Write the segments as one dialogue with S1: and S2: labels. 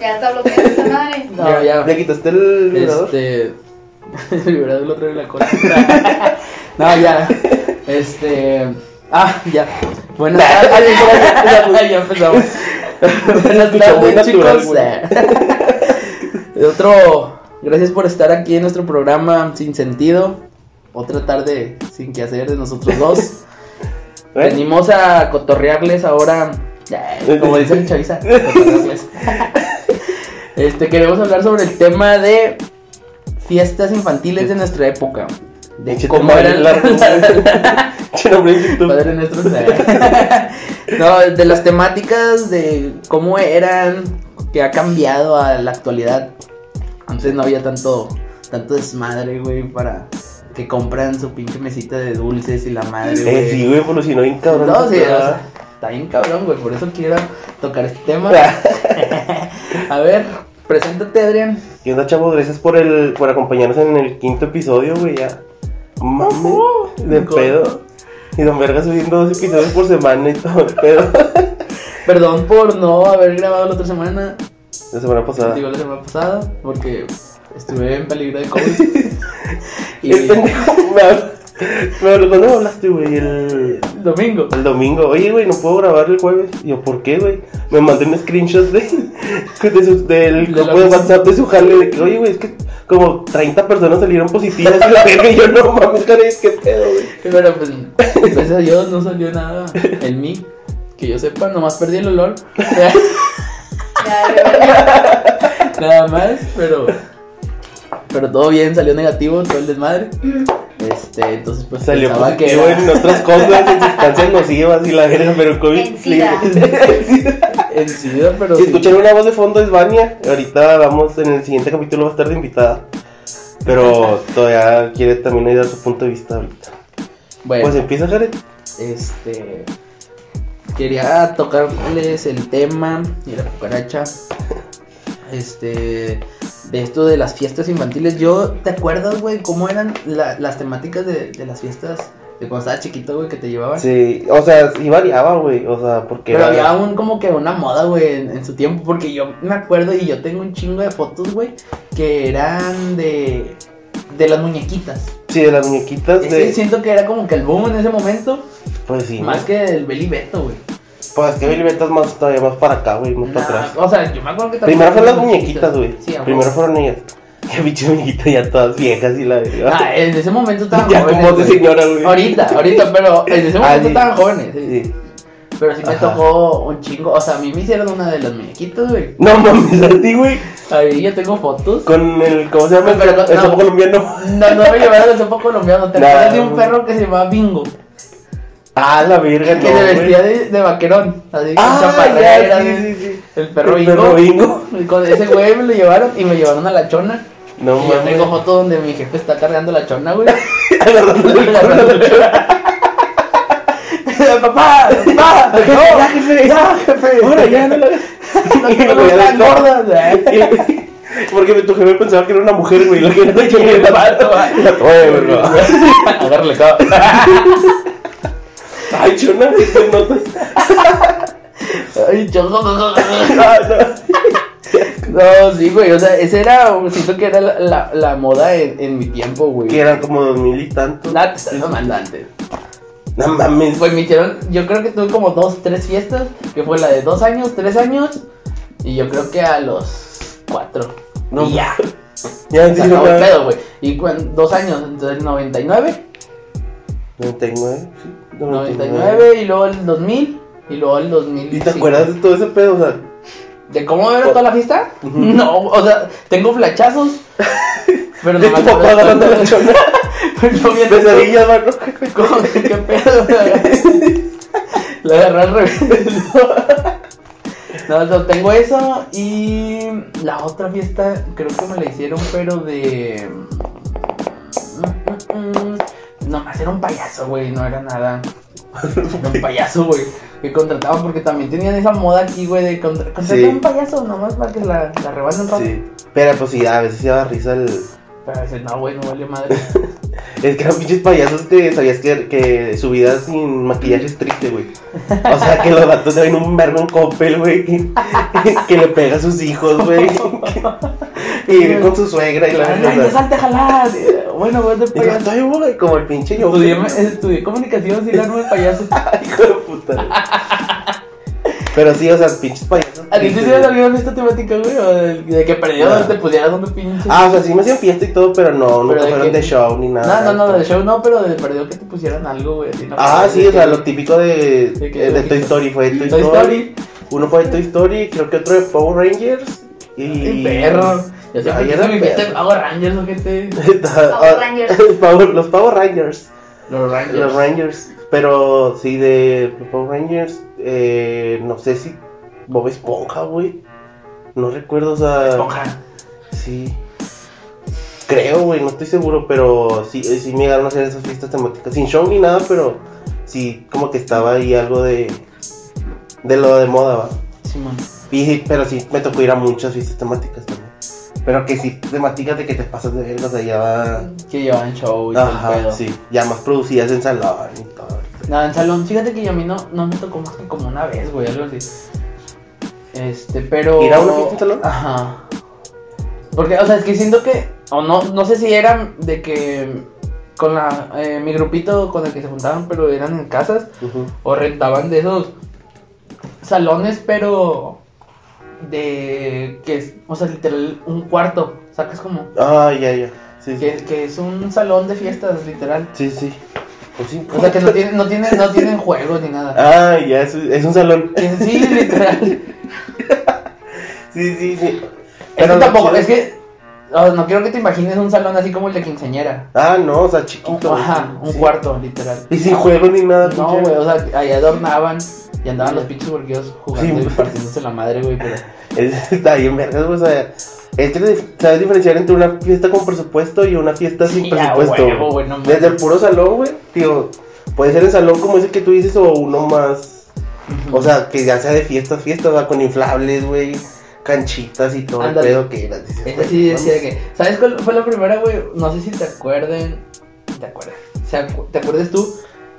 S1: Ya está bloqueada esa madre.
S2: No, ya.
S3: ¿Ya quitaste el vibrador?
S2: Este. El vibrador lo trae en la cola. no, ya. Este. Ah, ya. Buenas tardes. ya empezamos. Buenas
S3: Escucha muy
S2: tardes,
S3: natural,
S2: chicos. Otro. Gracias por estar aquí en nuestro programa Sin Sentido. Otra tarde sin que hacer de nosotros dos.
S3: ¿Eh?
S2: Venimos a cotorrearles ahora. eh, Como dice el chaviza, cotorrearles. Este, queremos hablar sobre el tema de fiestas infantiles de nuestra época. De
S3: Pinche
S2: cómo
S3: tema
S2: eran
S3: bien
S2: las
S3: largo, Che, nombre en YouTube.
S2: Padre nuestro, eh. No, de las temáticas de cómo eran, que ha cambiado a la actualidad. Antes no había tanto, tanto desmadre, güey, para que compran su pinche mesita de dulces y la madre, güey.
S3: Eh, sí, güey, evolucionó bien cabrón.
S2: No, sí, o
S3: Ah.
S2: sea, está bien cabrón, güey, por eso quiero tocar este tema. A ver, preséntate, Adrián.
S3: ¿Qué onda, chavos? Gracias por el por acompañarnos en el quinto episodio, güey, ya. Mame, de
S2: Con-
S3: pedo. Y Don Verga subiendo dos episodios por semana y todo el pedo.
S2: Perdón por no haber grabado la otra semana,
S3: La semana pasada.
S2: digo la semana pasada, porque estuve en peligro de COVID. y
S3: El pendejo me habla- me habló- ¿Cuándo me hablaste, güey? El,
S2: domingo.
S3: el domingo. Oye, güey, no puedo grabar el jueves. Y yo, ¿por qué, güey? Me mandó un screenshot de, de su- del
S2: De la
S3: grupo de
S2: mesa.
S3: WhatsApp de su jale. De que, oye, güey, es que como 30 personas salieron positivas. Y la verga, y yo, no mames, cara, es que pedo, güey.
S2: Pero pues, gracias a Dios no salió nada en mí. Que yo sepa, nomás perdí el olor.
S1: Ya, ya,
S2: Nada más, pero. Pero todo bien, salió negativo, todo el desmadre. Este, entonces pues
S3: Salió
S2: pensaba que
S3: positivo
S2: era-
S3: en otras cosas, en sustancias nocivas y la verga, pero
S1: ya.
S3: COVID.
S1: En SIDA.
S2: en SIDA, pero
S3: Si
S2: sí.
S3: escuchan una voz de fondo es Vania. Ahorita vamos, en el siguiente capítulo va a estar de invitada. Pero todavía quiere también dar su punto de vista ahorita.
S2: Bueno,
S3: Pues empieza, Jared.
S2: este quería tocarles el tema y la cucaracha. Este de esto de las fiestas infantiles. Yo, ¿te acuerdas, güey, cómo eran la- las temáticas de, de las fiestas de cuando estabas chiquito, güey, que te llevaban?
S3: Sí, o sea, sí variaba, güey. O sea, porque
S2: Pero
S3: era-
S2: había un, como que una moda, güey, en, en su tiempo, porque yo me acuerdo y yo tengo un chingo de fotos, güey, que eran de, de las muñequitas.
S3: Sí, de las muñequitas
S2: Ese
S3: de.
S2: siento que era como que el boom en ese momento,
S3: Pues sí.
S2: más que el Beli Beto, güey.
S3: Pues que Billy Beto es más todavía más para acá, güey, más
S2: Nah,
S3: para atrás.
S2: O sea, yo me acuerdo que también
S3: Primero fueron las
S2: eran
S3: muñequitas, güey.
S2: Sí, a
S3: Primero
S2: huevo.
S3: fueron ellas. Qué pinche muñequitas ya todas viejas y la verga.
S2: Ah, en ese momento estaban
S3: ya
S2: jóvenes,
S3: como de
S2: güey.
S3: señora, güey.
S2: Ahorita, ahorita, pero en ese
S3: Ah,
S2: momento
S3: sí.
S2: estaban jóvenes, sí.
S3: Sí.
S2: Pero sí me
S3: Ajá.
S2: tocó un chingo. O sea, a mí me hicieron una de las muñequitas, güey.
S3: No mames, a ti, güey.
S2: Ahí yo tengo fotos.
S3: Con el, ¿cómo se llama?
S2: Pero no,
S3: el
S2: no.
S3: sapo colombiano.
S2: No, no me llevaron al sopo colombiano. ¿Te
S3: Nah,
S2: acuerdas de un
S3: no.
S2: perro que se llamaba Bingo?
S3: Ah, la verga, no,
S2: que se
S3: güey.
S2: vestía de, de vaquerón. Así con
S3: Ah,
S2: chaparrera.
S3: ya, sí,
S2: de-
S3: sí, sí.
S2: El perro
S3: El
S2: Bingo.
S3: perro Bingo.
S2: Y Con ese güey me lo llevaron y me llevaron a la chona.
S3: No
S2: y yo tengo
S3: mames.
S2: foto donde mi jefe está cargando la chona, güey.
S3: Agarrándole el cuerno a la chava.
S2: papá, papá, no,
S3: Ya, jefe.
S2: ya, jefe.
S3: Ahora ya no la
S2: No te pongas tan gorda, güey.
S3: Porque tu jefe pensaba que era una mujer, güey. Lo que era que era un vato.
S2: güey.
S3: Oye, güey, no.
S2: Agárrale, cabrón.
S3: Ay, chona, que te notas.
S2: Ay, yo-
S3: Ah, no.
S2: No, sí, güey, o sea, ese era, siento que era la, la, la moda en, en mi tiempo, güey.
S3: Que eran como dos mil y tantos.
S2: La, no, mandante.
S3: No mames.
S2: Pues me hicieron, yo creo que tuve como dos, tres fiestas, que fue la de dos años, tres años, y yo creo que a los cuatro.
S3: No.
S2: y ya,
S3: Ya,
S2: se
S3: sí, no
S2: acabó el
S3: mames.
S2: pedo, güey. Y cuan- dos años, entonces 99,
S3: 99, eh. sí.
S2: 99 y luego el 2000 y luego el 2000.
S3: ¿Y te acuerdas de todo ese pedo? O sea,
S2: ¿De cómo era toda la fiesta?
S3: Ujú.
S2: No, o sea, tengo flachazos. pero
S3: de
S2: no
S3: tu
S2: me
S3: papá
S2: acuerdo.
S3: agarrando la chona.
S2: Pero no viene-
S3: Pesadillas, mano.
S2: ¿Cómo? ¿Qué pedo? La agarré al revés. No, no, tengo eso y la otra fiesta creo que me la hicieron, pero de... mm, Nomás era un payaso, güey, no era nada. Era un payaso, güey, que contrataban porque también tenían esa moda aquí, güey, de contra- contratar
S3: Sí.
S2: un payaso nomás para que la, la rebasen un rato.
S3: Sí. Pero pues sí, a veces se daba risa el.
S2: Para decir, no, güey, no vale madre.
S3: Es que eran pinches payasos que sabías que, que su vida sin maquillaje es triste, güey. O sea, que los vatos deben un verbo en Coppel, güey. Que, que le pega a sus hijos, güey. Y vive con su suegra y la
S2: Ay, no
S3: verdad.
S2: salte a jalar. Bueno, güey, de payaso.
S3: Estoy, güey, como el pinche yo.
S2: Estudié, estudié comunicación, sí, la nube payaso.
S3: Hijo de puta. Pero sí, o sea, pinches payasos.
S2: ¿A ti sí
S3: tristes,
S2: se
S3: güey.
S2: salió en esta temática, güey? ¿O de, de que perdió
S3: Ah.
S2: te pusieras donde pinche?
S3: Ah, o sea, sí me hacían fiesta y todo, pero no,
S2: Pero
S3: nunca
S2: de
S3: fueron
S2: que-
S3: de show ni nada.
S2: no, no, no, de show no, pero de perdió que te pusieran algo, güey. así, no,
S3: Ah,
S2: pues,
S3: sí,
S2: de
S3: o sea,
S2: que-
S3: lo típico de,
S2: de que-
S3: de Toy Story fue Toy,
S2: Toy
S3: Story.
S2: Story.
S3: Uno fue de Toy Story, creo que otro de Power Rangers.
S2: Y
S3: Y. Ah,
S2: perro. Yo siempre
S3: Ay,
S2: quise
S3: era
S2: mi fiesta de
S3: perro.
S2: Power Rangers, ¿no, gente?
S1: Power Rangers.
S3: ah, Power- los Power Rangers.
S2: Los Rangers.
S3: Los Rangers. Pero sí, de Power Rangers. eh, no sé si Bob Esponja, güey. No recuerdo, o sea.
S2: Esponja.
S3: Sí. Creo, güey, no estoy seguro, pero sí, eh, sí me llegaron a hacer esas fiestas temáticas. Sin show ni nada, pero sí, como que estaba ahí algo de. de lo de moda, va.
S2: Simón.
S3: Y sí, pero sí, me tocó ir a muchas fiestas temáticas también. Pero que sí, temáticas de que te pasas de verga, o sea, ya va.
S2: Que llevaban show y todo el
S3: Ajá,
S2: pedo.
S3: sí, ya más producidas en salón y todo.
S2: No, en salón, fíjate que yo a mí no, no me tocó más que como una vez, güey, algo así. Este, pero.
S3: ¿Ir a una fiesta en salón?
S2: Ajá. Porque, o sea, es que siento que. O no, no sé si eran de que. Con la, eh, mi grupito con el que se juntaban, pero eran en casas.
S3: Ujú.
S2: O rentaban de esos salones, pero. De. Que es. O sea, literal, un cuarto. Sacas como.
S3: Ah, ya, ya. Sí, sí.
S2: Que, que es un salón de fiestas, literal.
S3: Sí, sí. Pues sí.
S2: O sea, que no, tiene, no, tiene, no tienen juegos ni nada.
S3: Ah, ya, es, es un salón.
S2: Que Sí, literal.
S3: Sí, sí, sí.
S2: Pero
S3: lo
S2: tampoco,
S3: chido-
S2: es que. No, no quiero que te imagines un salón así como el de quinceañera.
S3: Ah, no, o sea,
S2: Un,
S3: chiquito.
S2: ajá, un
S3: sí.
S2: cuarto, literal.
S3: Y sin juego ni nada,
S2: No,
S3: pinche.
S2: güey, o sea, ahí adornaban y andaban los pinches burgueos jugando
S3: Sí.
S2: y partiéndose la madre, güey, pero.
S3: Es- Está bien, vergas, güey, o sea. Es que dif- sabes diferenciar entre una fiesta con presupuesto y una fiesta sin
S2: Sí, a
S3: presupuesto.
S2: huevo,
S3: güey.
S2: güey, no mames.
S3: Desde el puro salón, güey, tío. Puede ser el salón como ese que tú dices o uno más. O sea, que ya sea de fiesta, fiesta, o sea, con inflables, güey, canchitas y todo
S2: Ándale.
S3: el pedo que era. Dices,
S2: Esa
S3: güey,
S2: sí
S3: vamos.
S2: decía que. ¿Sabes cuál fue la primera, güey? No sé si te acuerden. ¿Te acuerdas? ¿Se acu- ¿Te acuerdas tú?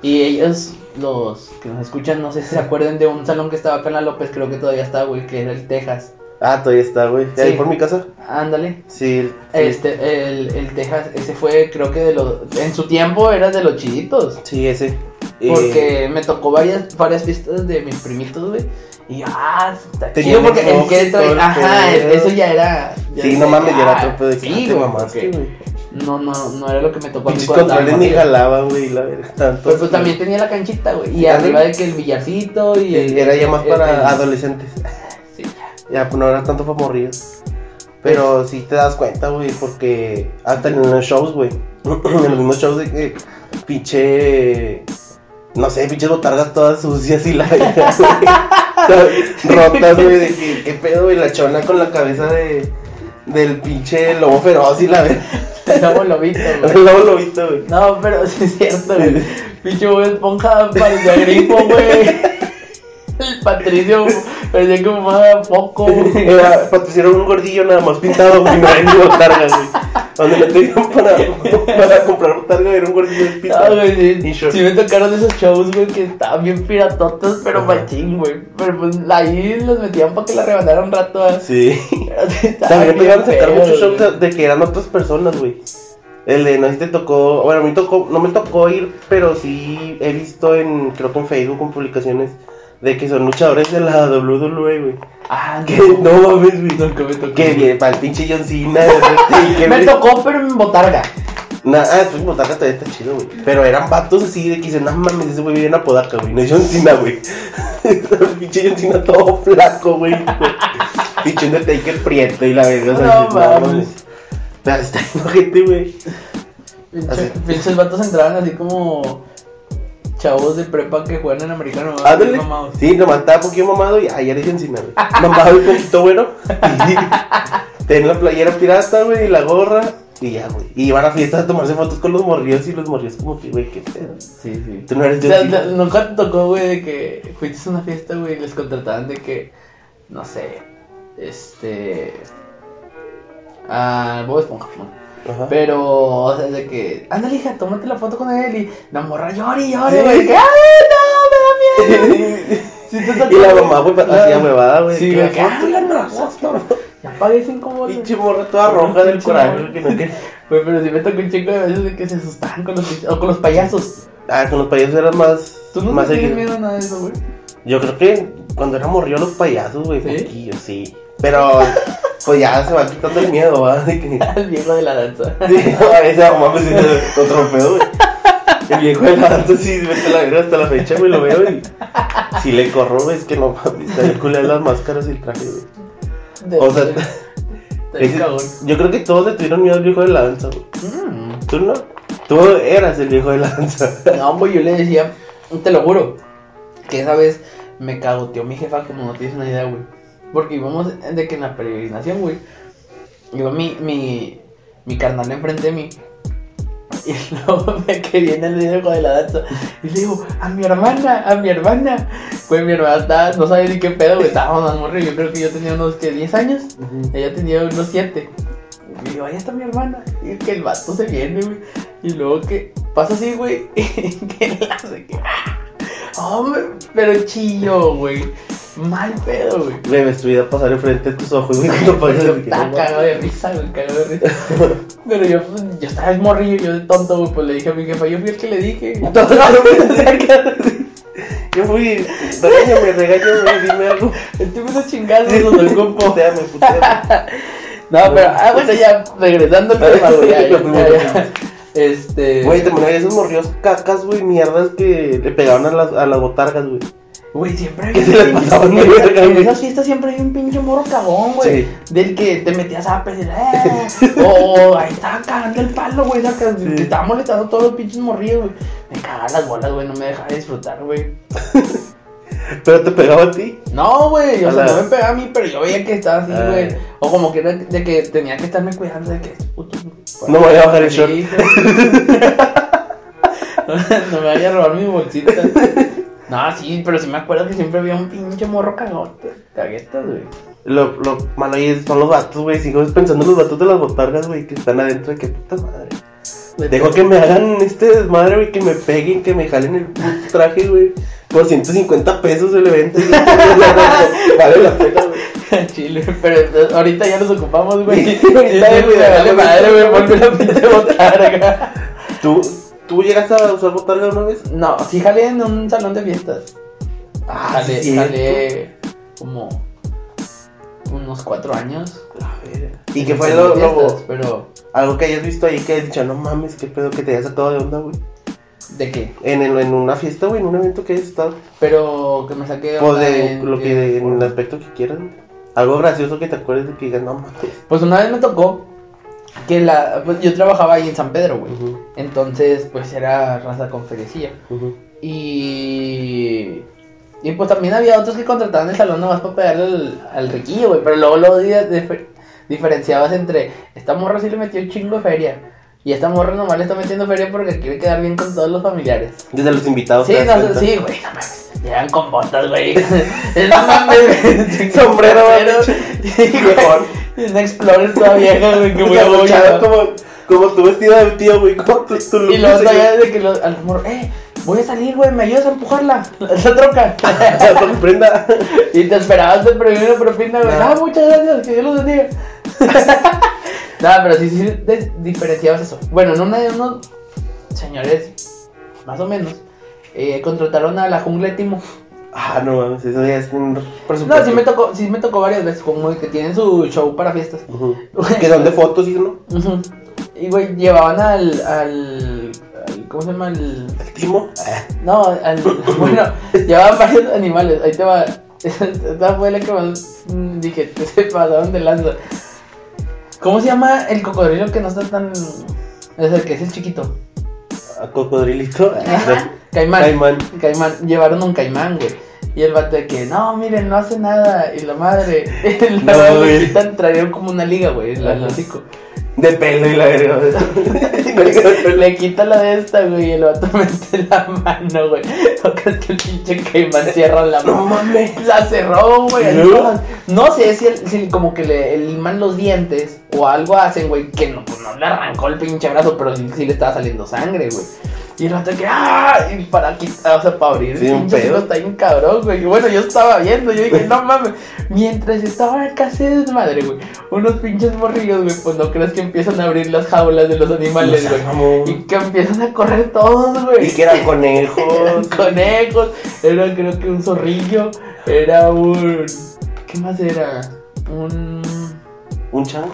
S2: Y ellos, los que nos escuchan, no sé si se acuerden de un salón que estaba acá en la López, creo que todavía está, güey, que era el Texas.
S3: Ah, todavía está, güey.
S2: Sí.
S3: ¿Ahí por mi casa?
S2: Ándale.
S3: Sí. sí.
S2: Este, el, el Texas, ese fue, creo que de los. En su tiempo era de los chiditos.
S3: Sí, ese. Eh,
S2: Porque me tocó varias, varias pistas de mis primitos, güey. Y yo, ah, está
S3: Tenía
S2: chido porque el
S3: box y
S2: que
S3: todo el
S2: trae- Ajá,
S3: pedo.
S2: eso ya era. ya
S3: Sí,
S2: era-
S3: no mames, yo era
S2: ah,
S3: trope de que
S2: Sí,
S3: te
S2: güey,
S3: mamaste,
S2: porque
S3: güey.
S2: No, no, no era lo que me tocó a mí
S3: Pinches
S2: cuando estaba
S3: controles ni
S2: morrillo.
S3: jalaba, güey, la verdad. Tanto,
S2: Pero pues también tenía la canchita, güey. Y
S3: Ya,
S2: arriba
S3: güey.
S2: de que el villarcito y el.
S3: Sí, era ya más
S2: el-
S3: para
S2: el-
S3: adolescentes.
S2: Sí, ya.
S3: Ya, pues no era tanto para morridos. Pero sí te das cuenta, güey, porque hasta en los shows, güey. en los mismos shows de que pinche. No sé, pinches botargas todas sucias y la verga, güey. Rotas, güey, de que qué pedo, güey, la chona con la cabeza de. Del pinche lobo feroz y la verga.
S2: Luego lo viste, güey.
S3: El lobo lobito, güey.
S2: No, pero sí es cierto, güey. Pinche Bob Esponja parecía grifo, güey. El Patricio parecía que fumaba poco.
S3: Era patrocinaron un gordillo nada más pintado, güey, no era ni botarga, güey. Donde me tenían para, para comprar botarga era un gordillo
S2: No,
S3: pintado.
S2: Ah, güey,
S3: Y
S2: sí,
S3: short.
S2: sí me tocaron esos shows, güey, que estaban bien piratotas, pero
S3: Ajá.
S2: machín, güey. Pero pues ahí los metían para que la rebanaran un rato. ¿eh?
S3: Sí.
S2: Pero sí estaba bien
S3: También pegaron a sacar
S2: feo,
S3: muchos shows
S2: güey.
S3: de- de que eran otras personas, güey. El de no sé si te tocó, bueno, a mí tocó, no me tocó ir, pero sí he visto en, creo que en Facebook, con publicaciones, de que son luchadores de la WWE, güey.
S2: Ah,
S3: Que
S2: no,
S3: no mames, güey.
S2: nunca me tocó.
S3: Que bien, para el pinche John Cena, güey, que
S2: Me
S3: bien-
S2: tocó, pero en botarga.
S3: Nah, ah, pues Podaca todavía está chido, güey. Pero eran vatos así de que dicen, no mames, ese güey viene a Podaca, güey. No es John Cena, güey. Pinche John Cena todo flaco, güey. Pinche Undertaker prieto y la verga. o sea,
S2: No
S3: dices,
S2: mames.
S3: Pero está viendo gente, güey.
S2: Pinche-
S3: Así.
S2: Pinches vatos entraban así como chavos de prepa que juegan en americano. ¿verdad?
S3: Ándale.
S2: Bien mamados.
S3: Sí, nomás estaba poquito mamado y ah, ayer es John Cena, güey. Mamado y poquito bueno. Y Ten la playera pirata, güey, y la gorra. Y ya, güey. Y iban a fiestas a tomarse fotos con los morrillos y los morrillos como que, güey, qué pedo.
S2: Sí, sí.
S3: Tú no eres
S2: O
S3: John
S2: sea,
S3: Cena.
S2: te- nunca te tocó, güey, de que fuiste a una fiesta, güey, y les contrataban de que, no sé, este. A Bob Esponja, ¿no?
S3: Ajá.
S2: Pero, o sea, de que, ándale, hija, tómate la foto con él. Y la morra llora y llora,
S3: Sí.
S2: güey. que, ¡Ay, no! ¡Me da miedo! Sí, te
S3: y
S2: tocó,
S3: la
S2: güey.
S3: mamá, güey, hacía huevada, güey.
S2: Sí,
S3: que
S2: güey, Ah,
S3: la
S2: que,
S3: foto,
S2: "Ay,
S3: la
S2: no,
S3: foto".
S2: no, Ya pagué cinco bolas.
S3: Pinche morra toda roja del
S2: Pinche
S3: coraje.
S2: morra.
S3: que no quiere-
S2: Güey, pero si me tocó un chico de veces de que se asustaban con los, pinches- o con los payasos.
S3: Ah, con los payasos era más.
S2: Tú no
S3: más
S2: tienes
S3: ex-
S2: miedo a nada de eso, güey.
S3: Yo creo que cuando era morrió los payasos, güey,
S2: ¿Sí?
S3: poquillo, sí. Pero, pues ya se va quitando el miedo, ¿va? De que.
S2: Al viejo de la danza.
S3: Sí, no, esa mamá me siente con trofeo, güey. El viejo de la danza, sí, vete a la verga hasta la fecha, güey, lo veo y. Si le corro, güey, es que no mames, está bien culera las máscaras y el traje, güey. O sea,
S2: Es
S3: Ese-
S2: cagón.
S3: Yo creo que todos le tuvieron miedo al viejo de la danza, güey.
S2: Mm.
S3: Tú no. Tú eras el viejo de la danza.
S2: No, güey, yo le decía, te lo juro, que esa vez me cagoteó mi jefa como no tienes una idea, güey. Porque íbamos de que en la peregrinación, güey. Iba mi, mi, mi carnal enfrente de mí. Y luego me quería en el video con la danza. Y le digo, a mi hermana, a mi hermana. Güey, mi hermana estaba, no sabía ni qué pedo, güey. Estábamos más morros. Yo creo que yo tenía unos que 10 años. Ella tenía unos 7. Y digo, ahí está mi hermana. Y que el vato se viene, güey. Y luego que pasa así, güey. Y que la hace que. "Ah, Hombre, pero chillo, güey. Mal pedo, güey.
S3: Güey, me estuviera pasar enfrente de tus ojos, güey, cuando pasas el
S2: Estaba cagado de risa, güey, cagado de risa. Pero yo, pues, yo estaba morrillo, yo de tonto, güey, pues le dije a mi jefa, yo fui el que le dije.
S3: Yo fui, regáñame, regáñame, dime algo.
S2: Estoy a chingazos con el compo.
S3: Puteame, puteame.
S2: No, pero, ah, bueno, ya, regresando al tema, güey, ya, ya, ya. Este.
S3: Güey, te ponían esos morridos cacas, güey, mierdas que le pegaban a las, a las botargas, güey.
S2: Güey, siempre hay
S3: Que
S2: un
S3: se las
S2: pinche-
S3: pasaban de
S2: en esas-
S3: verga,
S2: En
S3: güey.
S2: esas fiestas siempre hay un pinche morro cagón, güey. Del que te metías a pedir, eh. o ahí estaba cagando el palo, güey. saca-
S3: Sí.
S2: Te estaba molestando todos los pinches morridos, güey. Me cagaban las bolas, güey. No me dejaba disfrutar, güey.
S3: Pero te pegaba a ti.
S2: No, güey. O sea,
S3: A la-
S2: no me pegaba a mí, pero yo veía que estaba así,
S3: Ah.
S2: güey. O como que era de que tenía que estarme cuidando de que puto.
S3: No me voy a bajar el
S2: Sí,
S3: short.
S2: güey. no me vaya a robar mi bolsita. No, sí, pero sí me acuerdo que siempre había un pinche morro cagón. Caguetas, güey.
S3: Lo, lo malo ahí es- son los vatos, güey. Sigo pensando en los vatos de las botargas, güey, que están adentro. Qué puta madre. Dejo que me hagan este desmadre, güey, que me peguen, que me jalen el puto traje, güey. Por 150 pesos el evento. güey. vale la pena, güey.
S2: Chile, pero entonces, ahorita ya nos ocupamos, güey.
S3: Sí,
S2: ahorita
S3: ahorita,
S2: ya,
S3: güey,
S2: güey, vale
S3: ahorita.
S2: madre, güey, ponte la pinche botarga.
S3: ¿Tú, ¿Tú llegaste a usar botarga una vez?
S2: No, sí jalé en un salón de fiestas.
S3: Ah,
S2: Jalé,
S3: sí,
S2: jalé como unos cuatro años.
S3: A ver. ¿Y qué
S2: en
S3: fue
S2: salón
S3: lo,
S2: de
S3: lo-
S2: fiestas, Pero,
S3: algo que hayas visto ahí que hayas dicho, no mames, qué pedo que te hayas sacado de onda, güey?
S2: ¿de qué?
S3: En, el- en una fiesta, güey, en un evento que hayas estado.
S2: Pero que me saqué
S3: O
S2: onda
S3: de
S2: en
S3: lo que,
S2: que-
S3: en el aspecto que quieras, güey. Algo gracioso que te acuerdes de que digas, no mames.
S2: Pues una vez me tocó que la... pues, yo trabajaba ahí en San Pedro, güey.
S3: Ujú,
S2: Entonces, pues era raza con ferecía.
S3: ujú.
S2: Y. Y pues también había otros que contrataban el salón nomás para pegarle al, al riquillo, güey. Pero luego lo di- difer- diferenciabas entre esta morra sí le metió un chingo de feria. Y esta morra nomás le está metiendo feria porque quiere quedar bien con todos los familiares.
S3: Desde los invitados.
S2: Sí,
S3: te das
S2: no,
S3: cuenta.
S2: sí, güey, no mames. Llegan con botas, güey. no mames.
S3: Sombrero,
S2: Sí,
S3: Mejor.
S2: güey. Un explorer toda vieja, güey, que
S3: O
S2: muy
S3: sea,
S2: abollado.
S3: luchador como, como tu vestido de tío, güey. Como tu, tu look
S2: Y luego
S3: de-
S2: todavía de que los, al morro, eh, voy a salir, güey, me ayudas a empujarla, la troca.
S3: Con prenda.
S2: y te esperabas de primero propina, güey.
S3: No.
S2: Ah, muchas gracias, que Dios los bendiga. Nada, pero sí, sí, de- diferenciabas eso. Bueno, en una de unos señores, más o menos, eh, contrataron a la jungla de Timo.
S3: Ah, no mames, eso ya es un
S2: No,
S3: presupuesto.
S2: sí me tocó, sí me tocó varias veces, como que tienen su show para fiestas.
S3: Ujú. Que son de fotos, ¿sí, no?
S2: Ujú. Y, güey, llevaban al, al, al, ¿cómo se llama? Al...
S3: El timo. ah,
S2: No, al- bueno, llevaban varios animales. Ahí te va. Esta fue la que más mm, dije, te se pasaron de lanza. ¿Cómo se llama el cocodrilo que no está tan. Es el que es el chiquito?
S3: A cocodrilito. ah,
S1: Ajá.
S2: Caimán.
S3: Caimán.
S2: Caimán. Llevaron un caimán, güey. Y el vato de que, no, miren, no hace nada. Y la madre. Y
S3: No,
S2: luego le
S3: güey.
S2: quitan, traían como una liga, güey, el
S3: Ajá.
S2: hocico.
S3: de pelo y la verga.
S2: Le quita la de esta, güey, y el vato mete la mano, güey. Tocas que el pinche caimán cierra la
S3: No
S2: mano.
S3: mames.
S2: La cerró, güey. ahí
S3: ¿No?
S2: todas. No sé si, el- si como que le el liman los dientes o algo hacen, güey, que no, pues no le arrancó el pinche brazo, pero sí, sí le estaba saliendo sangre, güey. Y el vato que, ¡ah! Y para quitar, o sea, para abrir.
S3: Sí,
S2: el
S3: un
S2: pinche
S3: pedo.
S2: hilo Está bien cabrón, güey. Y bueno, yo estaba viendo, yo dije, no mames. Mientras estaba acá se desmadre, güey. Unos pinches morrillos, güey, pues no crees que empiezan a abrir las jaulas de los animales, güey. Y
S3: Mamón.
S2: que empiezan a correr todos, güey.
S3: Y que eran conejos.
S2: Conejos, era creo que un zorrillo, era un... ¿Qué más era? Un...
S3: Un chan.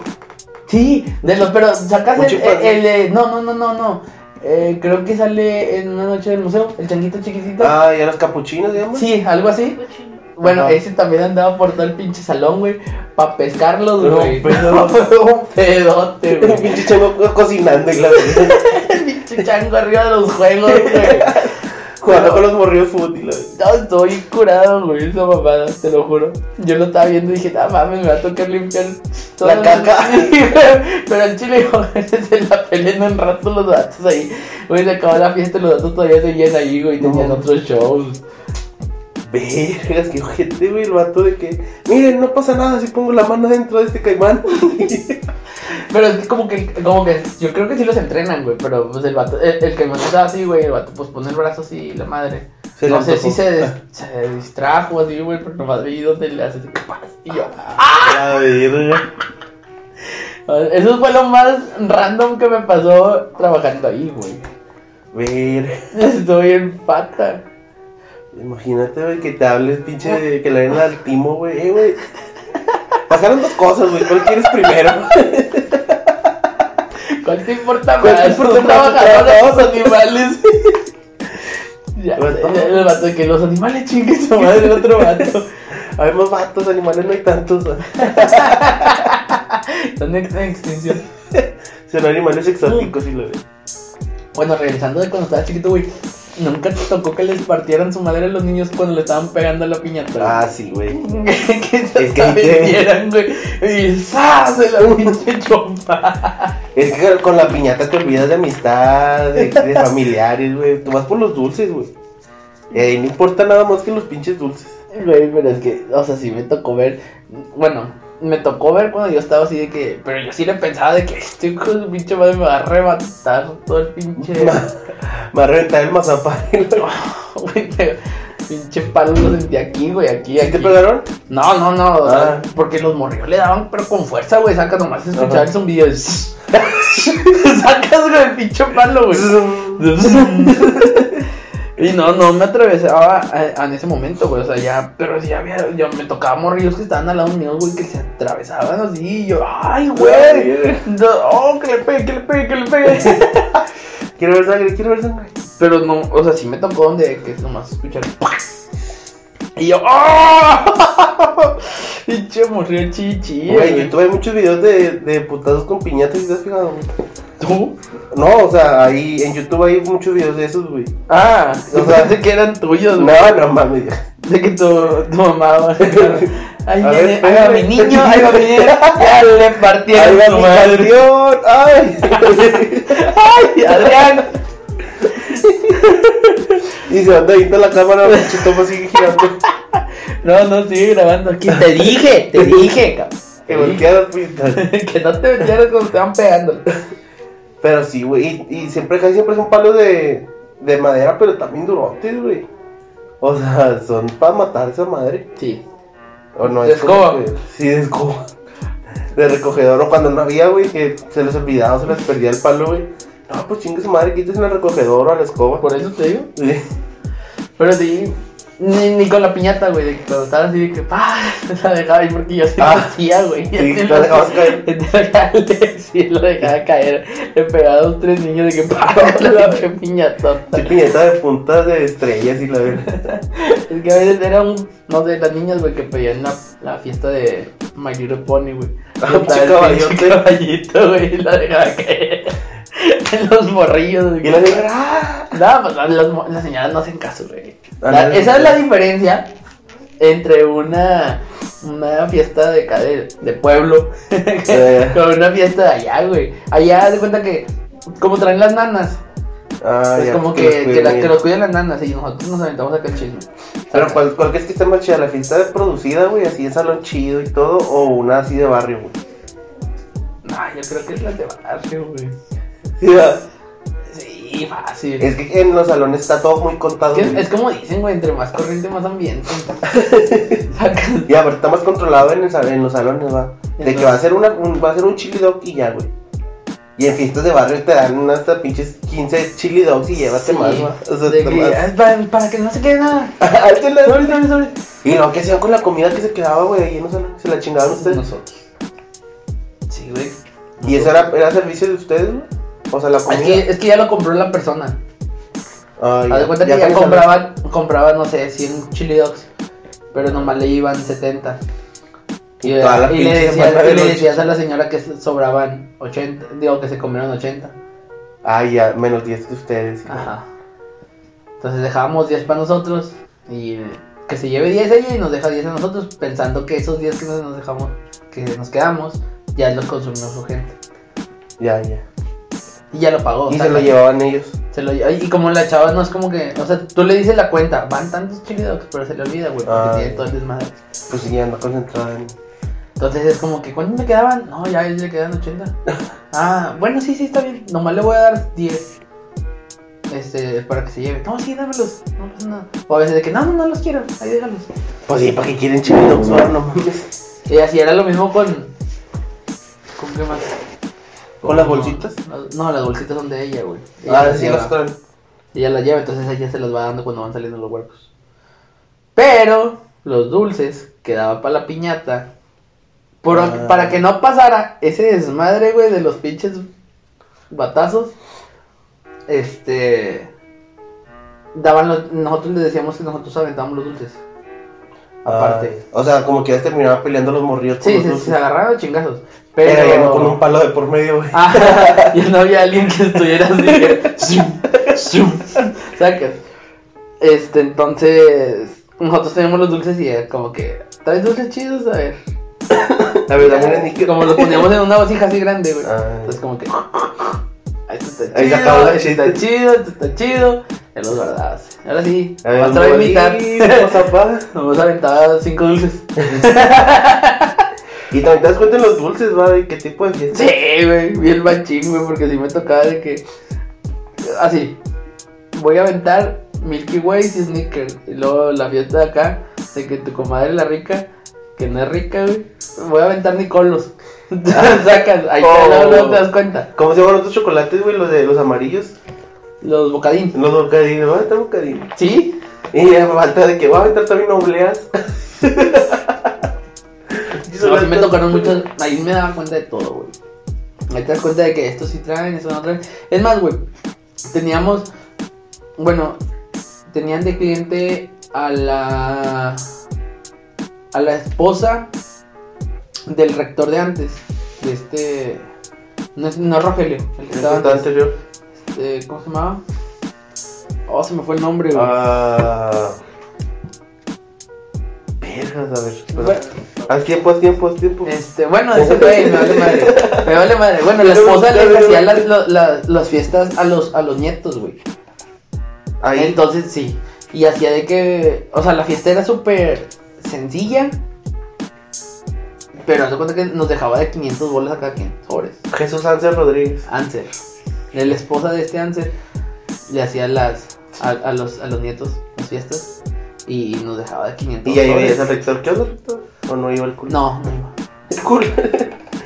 S2: Sí, de los... Pero sacas
S3: Un
S2: el...
S3: chimpancé.
S2: el- el- no, no, no, no, no. Eh, creo que sale en una noche del museo, el changuito chiquitito.
S3: Ah, y a los capuchinos, digamos.
S2: Sí, algo así.
S1: pues,
S2: Bueno,
S3: Ajá.
S2: ese también andaba por todo el pinche salón, güey, para pescarlos,
S3: Era un
S2: güey.
S3: pedo.
S2: un pedote,
S3: Un
S2: güey.
S3: pinche chango co- cocinando y la verga.
S2: El pinche chango arriba de los juegos, güey.
S3: Jugando con los morrillos de fútbol y la verga.
S2: No, estoy curado, güey, esa mamada, te lo juro. Yo lo estaba viendo y dije, no mames, me va a tocar limpiar toda
S3: La caca.
S2: Pero al chile, güey, se la pelean un rato los datos ahí. Güey, se acabó la fiesta y los datos todavía seguían ahí, güey, y
S3: No
S2: tenían
S3: mames.
S2: otros shows.
S3: Vergas, qué ojete, güey, el vato de que. Miren, no pasa nada si pongo la mano dentro de este caimán.
S2: Pero es que como que, como que, yo creo que sí los entrenan, güey, pero pues el vato, el, el que me estaba así, güey, el vato pues pone el brazo así, la madre.
S3: Se
S2: no
S3: le
S2: sé si
S3: antojó.
S2: se, des- se distrajo así, güey, pero nomás vi donde le hace así, y yo,
S3: La verga.
S2: Eso fue lo más random que me pasó trabajando ahí, güey.
S3: Verga.
S2: Estoy en pata.
S3: Imagínate, güey, que te hables, pinche, que le den al timo, güey. Eh, güey. Pasaron dos cosas, güey. ¿Cuál quieres primero?
S2: ¿Cuál te importa
S3: ¿Cuál te
S2: más?
S3: importa
S2: Tú
S3: más?
S2: trabajando
S3: Trabajas.
S2: con los animales. ya,
S3: Vato.
S2: el vato que los animales chinguen su madre el otro vato.
S3: Hay más vatos, animales, no hay tantos. güey.
S2: Están en en extinción.
S3: Son animales exóticos y lo ves.
S2: Bueno, regresando de cuando estaba chiquito, güey. Nunca te tocó que les partieran su madre a los niños cuando le estaban pegando a la piñata.
S3: Ah, sí, güey.
S2: que se
S3: Es que ahí te-
S2: metieran, güey. Y ¡zas! Se la pinche chompa.
S3: Es que con la piñata te olvidas de amistad, de, de familiares, güey. Tú vas por los dulces, güey. Y ahí no importa nada más que los pinches dulces.
S2: Güey, pero es que, o sea, sí me tocó ver. Bueno, me tocó ver cuando yo estaba así de que. Pero yo sí le pensaba de que este hijo de su pinche madre me va a arrebatar todo el pinche.
S3: Me va- me va a reventar el mazapán.
S2: Güey, pero pinche palo lo sentí aquí, güey, aquí,
S3: ¿Y te
S2: aquí.
S3: pegaron?
S2: No, no, no, o sea,
S3: Ah.
S2: porque los morrios le daban, pero con fuerza, güey, sacas nomás escuchar
S3: Ajá.
S2: el zumbido. de sacas, güey, el pinche palo, güey. Y no, no me atravesaba eh, en ese momento, güey. O sea, ya, pero sí había, ya me tocaba morrillos que estaban al lado mío, güey, que se atravesaban así. Y yo, ay, güey. No, oh, que le pegue, que le pegue, que le pegue.
S3: Quiero ver sangre, quiero ver sangre.
S2: pero no, o sea, sí me tocó donde que nomás escuchar. ¡pac! Y yo, ¡oh! Pinche morrillo chichi.
S3: Güey, yo tuve muchos videos de, de putazos con piñatas, ¿te has fijado? güey?
S2: ¿Tú?
S3: No, o sea, ahí en YouTube hay muchos videos de esos, güey.
S2: Ah,
S3: O
S2: o
S3: sea-
S2: sea, de que eran tuyos, güey.
S3: No, no mames.
S2: De que tu, tu mamá va a Ahí
S3: A
S2: viene,
S3: ver,
S2: ahí va mi
S3: espérame.
S2: niño, ahí va mi niño. Ya le
S3: ¡Ay,
S2: partieron
S3: la
S2: su madre.
S3: canción! ¡Ay!
S2: ¡Ay, Adrián!
S3: Y se anda viendo la cámara, pinche toma así girando.
S2: No, no, sigue grabando aquí. Te dije, te dije, cabrón.
S3: Que voltea las pintas.
S2: Que no te metieras cuando estaban pegando.
S3: Pero sí, güey. Y, y siempre, casi siempre son palos de, de madera, pero también durotes, güey. O sea, son para matar esa madre.
S2: Sí.
S3: O no
S2: De
S3: es como
S2: escoba.
S3: que- Sí, de escoba. De recogedor. O cuando no había, güey, que se les olvidaba, se les perdía el palo, güey. No, pues chingue su madre, quítese el recogedor o a la escoba.
S2: Por eso te digo.
S3: Sí.
S2: Pero sí. Ni, ni con la piñata, güey, de que cuando estaban así de que pa, la dejaba ahí porque yo sí
S3: Ah.
S2: lo hacía, güey.
S3: Sí,
S2: Así
S3: la dejabas caer.
S2: la dejaba- Sí, lo dejaba caer. Le pegaba a dos, tres niños de que pa, la pinche piñatota.
S3: Sí, piñata de puntas de estrellas y la verdad.
S2: Es que a veces era un, no sé, las niñas, güey, que pedían la, la fiesta de My Little Pony, güey.
S3: Ah,
S2: Y estaba el
S3: pinche caballito.
S2: pinche caballito, güey, y la dejaba caer. En los morrillos, güey.
S3: Y la negra, ¡ah!
S2: Nada, pues las, las mo- las señoras no hacen caso, güey.
S3: Ah,
S2: La-
S3: no, no,
S2: esa
S3: no.
S2: es la diferencia entre una una fiesta de acá de, de pueblo.
S3: Eh.
S2: Con una fiesta de allá, güey. Allá de cuenta que, como traen las nanas,
S3: Ah,
S2: es
S3: ya,
S2: como
S3: los
S2: que,
S3: cuiden
S2: que, la-
S3: bien.
S2: que los cuidan las nanas y nosotros nos aventamos acá el chisme.
S3: Pero ¿cuál, cuál crees que está más chida? ¿La fiesta es producida, güey? Así en salón chido y todo. O una así de barrio, güey.
S2: No, Ah, yo creo que es la de barrio, güey.
S3: Sí, va.
S2: Sí, fácil.
S3: es que en los salones está todo muy contado.
S2: Es,
S3: güey.
S2: es como dicen, güey, entre más corriente, más ambiente. Sacas-
S3: Ya, pero está más controlado en, el sal- en los salones, va. De que
S2: Entonces-
S3: va a ser una, un, va a ser un chili dog y ya, güey. Y en fiestas de barrio te dan hasta pinches 15 chili dogs y llévate más,
S2: Sí,
S3: va. O sea,
S2: de
S3: te
S2: que,
S3: más.
S2: ah, para, para que no se quede nada.
S3: Ándale,
S2: Sobre,
S3: ándale.
S2: sobre, sobre.
S3: Y lo que hacían con la comida que se quedaba, güey, ahí en los salones. Se la chingaban ustedes.
S2: Nosotros. Sí, güey.
S3: ¿Y eso era, era servicio de ustedes, güey? O sea, la
S2: Es
S3: comida.
S2: que, es que ya lo compró la persona.
S3: Ah,
S2: Haz de cuenta que ya
S3: con el salón.
S2: compraba, compraba, no sé, 100 chili dogs, pero nomás le iban 70. Y,
S3: Toda la
S2: y le,
S3: pinche
S2: decías,
S3: semana de
S2: y le
S3: lonche.
S2: decías a la señora que sobraban 80, digo que se comieron 80.
S3: Ah, ya, menos 10 de ustedes.
S2: Ajá. Entonces dejábamos 10 para nosotros y que se lleve 10 ella y nos deja 10 a nosotros, pensando que esos 10 que nos nos dejamos, que nos quedamos, ya los consumió su gente.
S3: Ya, ya.
S2: Y ya lo pagó. o
S3: Y
S2: sea,
S3: se lo
S2: la-
S3: llevaban ellos.
S2: Se lo lle- y como la chava no es como que, o sea, tú le dices la cuenta, van tantos chili dogs, pero se le olvida, güey, porque
S3: Ah,
S2: tiene
S3: ya.
S2: todo el desmadre.
S3: Pues sí, anda concentrada en.
S2: Entonces es como que, ¿cuántos me quedaban? No, ya le quedan 80. Ah, bueno, sí, sí, está bien. Nomás le voy a dar 10. Este, para que se lleve. No, sí, dámelos. No pasa nada. O a veces de que, no, no, no los quiero. Ahí déjalos.
S3: Pues sí, ¿para qué quieren chili dogs? va? No mames.
S2: Y así era lo mismo con. ¿Con qué más?
S3: ¿Con las bolsitas?
S2: No, no, las bolsitas son de ella, güey. Ella
S3: Ah,
S2: las
S3: sí,
S2: lleva.
S3: los traen.
S2: Ella las lleva, entonces ella se las va dando cuando van saliendo los huercos. Pero los dulces quedaba para la piñata. Por-
S3: Ah.
S2: Para que no pasara ese desmadre, güey, de los pinches batazos. Este. Daban los- nosotros les decíamos que nosotros aventábamos los dulces. Aparte.
S3: Ah, o sea, como que ya se terminaban peleando los morrillos con
S2: Sí,
S3: los
S2: se,
S3: dulces.
S2: se agarraron a chingazos.
S3: Pero,
S2: Pero.
S3: ya no con un palo de por medio, güey.
S2: Ah, ya no había alguien que estuviera así. que zum, zum, Sacas. Este, entonces. Nosotros teníamos los dulces y era como que. ¿Traes dulces chidos? A ver.
S3: La verdad, mira, ni que.
S2: Como los poníamos en una vasija así grande, güey.
S3: Ah.
S2: Entonces, como que. Ahí está chido,
S3: Ahí se acabó la
S2: este está
S3: chiste.
S2: chido, este está chido. Ya los guardabas. Ahora sí,
S3: A ver,
S2: vas a ver
S3: un
S2: mitad.
S3: bolillo, vamos a pa.
S2: Nos aventaba cinco dulces.
S3: Y también te das cuenta de los dulces, va, de qué tipo de fiesta.
S2: Sí, güey, bien machín, güey, porque si me tocaba de que. Así, voy a aventar Milky Way y Snickers. Y luego la fiesta de acá, de que tu comadre la rica, que no es rica, güey, voy a aventar Nicolos. Sacas, ahí te-
S3: Oh.
S2: luego, luego te das cuenta.
S3: ¿Cómo se llaman los otros chocolates, güey? Los de los amarillos.
S2: Los bocadín.
S3: Los bocadillos, va, está bocadillo.
S2: ¿Sí?
S3: Y ya falta de que va a aventar también obleas.
S2: No, sí me tocaron muchas. Ahí me daba cuenta de todo, güey. Ahí te das cuenta de que esto sí traen, eso no traen. Es más, güey, teníamos. Bueno, tenían de cliente a la. A la esposa del rector de antes. De este. No es, no es Rogelio, el que estaba
S3: Estaba
S2: antes.
S3: anterior.
S2: Este, ¿Cómo se llamaba? Oh, se me fue el nombre, güey.
S3: Ah. Vergas, a ver.
S2: Bueno,
S3: espera. Ah, Haz tiempo, haz tiempo, haz tiempo.
S2: Este, bueno, ese güey, me vale madre. Me vale madre. Bueno, la esposa les hacía las, lo- la- las fiestas a los, a los nietos, güey.
S3: Ahí.
S2: Entonces, sí. Y hacía de que. O sea, la fiesta era súper sencilla. Pero haz de cuenta que nos dejaba de 500 bolas a cada quien. Sobres.
S3: Jesús Ángel Rodríguez.
S2: Anser. De la esposa de este Anser. Le hacía las. A, a los, a los nietos las fiestas. Y nos dejaba de 500
S3: Y ya
S2: sobres.
S3: llegué al rector. ¿Qué onda, rector? ¿O no iba el culo?
S2: No, no iba.
S3: El culo.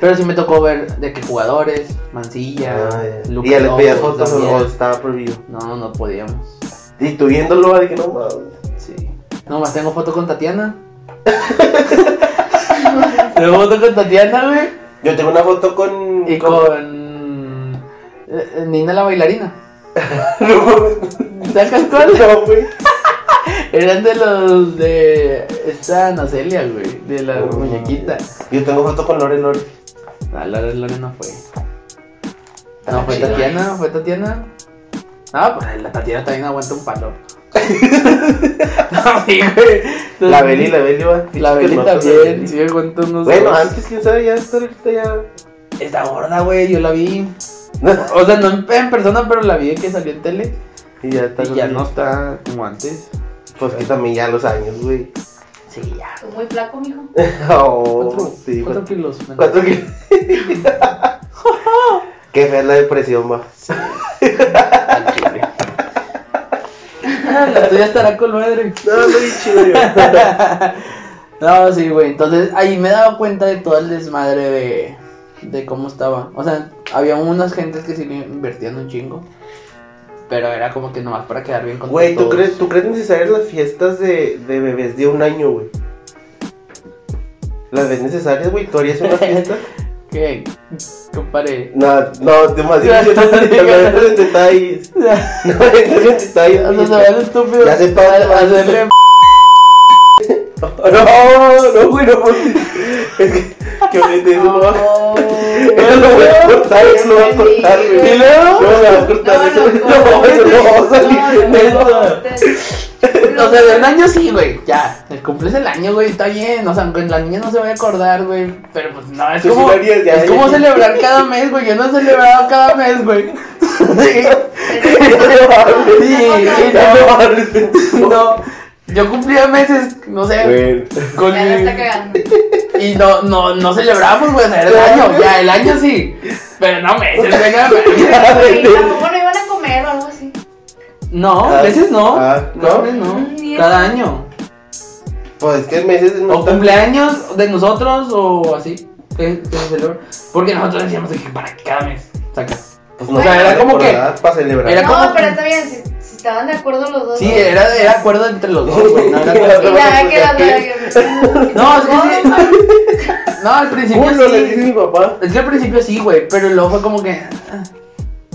S2: Pero sí me tocó ver de qué jugadores, Mancilla,
S3: Ah, ya.
S2: Lucas
S3: Y ya les pedías
S2: Lobos,
S3: fotos o-
S2: Damián.
S3: o estaba prohibido.
S2: No, no podíamos.
S3: Y tú viéndolo, va, de que no mames.
S2: Sí. Nomás tengo foto con Tatiana. tengo foto con Tatiana, güey.
S3: Yo tengo una foto con.
S2: Y con eh, Nina la bailarina.
S3: No mames.
S2: ¿Sacas cuál?
S3: No, güey.
S2: Eran de los de esta Ana Celia, güey. De la
S3: Oh.
S2: muñequita.
S3: Yo tengo foto con Lore Lore.
S2: Ah, la Lore no fue.
S3: Está
S2: No, fue
S3: chido.
S2: ¿eh? Tatiana, fue Tatiana. Ah, pues la Tatiana también aguanta un palo. No, sí, güey.
S3: La Beli, la Beli, va.
S2: La Beli también, sí, cuántos no
S3: Bueno, antes, quién sabe, ya está ahorita ya.
S2: Está gorda, güey, yo la vi. O sea, no en, en persona, pero la vi que salió en tele.
S3: Y ya está.
S2: Y ya no está como antes.
S3: Pues que también ya los años, güey.
S2: Sí, ya.
S1: Estoy Pues muy flaco, mijo.
S3: Oh,
S2: Cuatro,
S3: sí,
S2: cuatro
S3: cuatro,
S2: kilos. menos.
S3: cuatro kilos. Qué fea es la depresión, va.
S2: Al chile. Ah, La tuya estará con madre.
S3: No, no, chido,
S2: No, sí, güey. Entonces ahí me daba cuenta de todo el desmadre de, de cómo estaba. O sea, había unas gentes que sí le invertían un chingo. Pero era como que nomás para quedar bien con
S3: Güey, ¿tú
S2: todos.
S3: crees, ¿tú crees necesarias las fiestas de, de bebés de un año, güey? ¿Las ves necesarias, güey? ¿Tú harías una fiesta?
S2: ¿Qué? Comparé.
S3: no, no, demasiado. No entres en detalles.
S2: O sea,
S3: No entres en
S2: se
S3: detalles. güey.
S2: ve estúpido.
S3: Ya sé pa' dónde vas.
S2: Hacerle
S3: No, no, güey, no. Es que, que me de eso no va.
S1: Oh.
S3: Eso lo voy a cortar, eso lo voy a cortar, güey.
S2: ¿Y luego?
S3: No, lo voy a cortar, eso no, eso no va a salir.
S2: de esto.
S1: esto.
S2: O sea, del año sí, güey, ya. El cumples el año, güey, está bien. O sea, aunque la niña no se vaya a acordar, güey. Pero pues no, es
S3: Tú sí
S2: como,
S3: lo harías, ya,
S2: es
S3: ya,
S2: como
S3: ya.
S2: celebrar cada mes, güey. Yo no he celebrado cada mes, güey. Sí, sí,
S3: Ya no va a arrepentir.
S2: no, no. Yo cumplía meses, no sé,
S3: Güey.
S2: con
S1: Ya la está
S2: mi-
S1: cagando.
S2: y no, no, no celebramos, güey, o sea, era el año, ya, el año sí, pero no meses, güey, cada mes.
S1: Sí, Tampoco no iban a comer o algo así.
S2: no,
S3: Ah,
S2: meses no,
S3: ah,
S2: no,
S3: ¿no?
S2: meses no,
S1: Mm,
S2: cada
S1: y eso.
S2: año.
S3: Pues es que meses no
S2: O
S3: está-
S2: cumpleaños de nosotros o así. que- que se celebra. Porque nosotros decíamos de que para cada mes. Saca.
S3: Pues
S2: O sea, era como que-
S3: Para celebrar.
S2: Era
S1: no,
S2: como-
S1: pero está bien, si, si estaban de acuerdo los dos.
S2: Sí,
S1: ¿no?
S2: era, era acuerdo entre los dos, güey. No, era
S1: Y
S2: como-
S1: la que la que-
S2: No, es que sí. No, al principio
S3: Culo, le dice
S2: sí.
S3: mi papá.
S2: Es que al principio sí, güey. Pero luego fue como que. ah,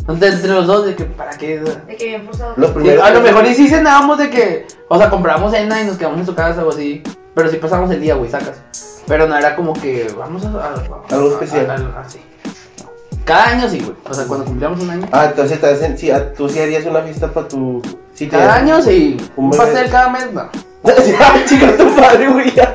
S2: Entre, entre los dos, de que para qué.
S1: De que bien forzado.
S3: Los
S2: Sí,
S3: primeros.
S2: a lo mejor y sí cenábamos de que. O sea, compramos cena y nos quedamos en su casa o así. Pero sí pasamos el día, güey, sacas. Pero no era como que. Vamos a. a- a-
S3: Algo especial.
S2: a- a- así. Cada año sí, güey. O sea, cuando cumplíamos un año.
S3: Ah, entonces te hacen- sí, ah, tú sí harías una fiesta para tu. Sí, te-
S2: Cada año sí.
S3: Un
S2: Un
S3: bebé.
S2: pastel cada mes, no.
S3: Ah, chica, tu padre, güey. ya.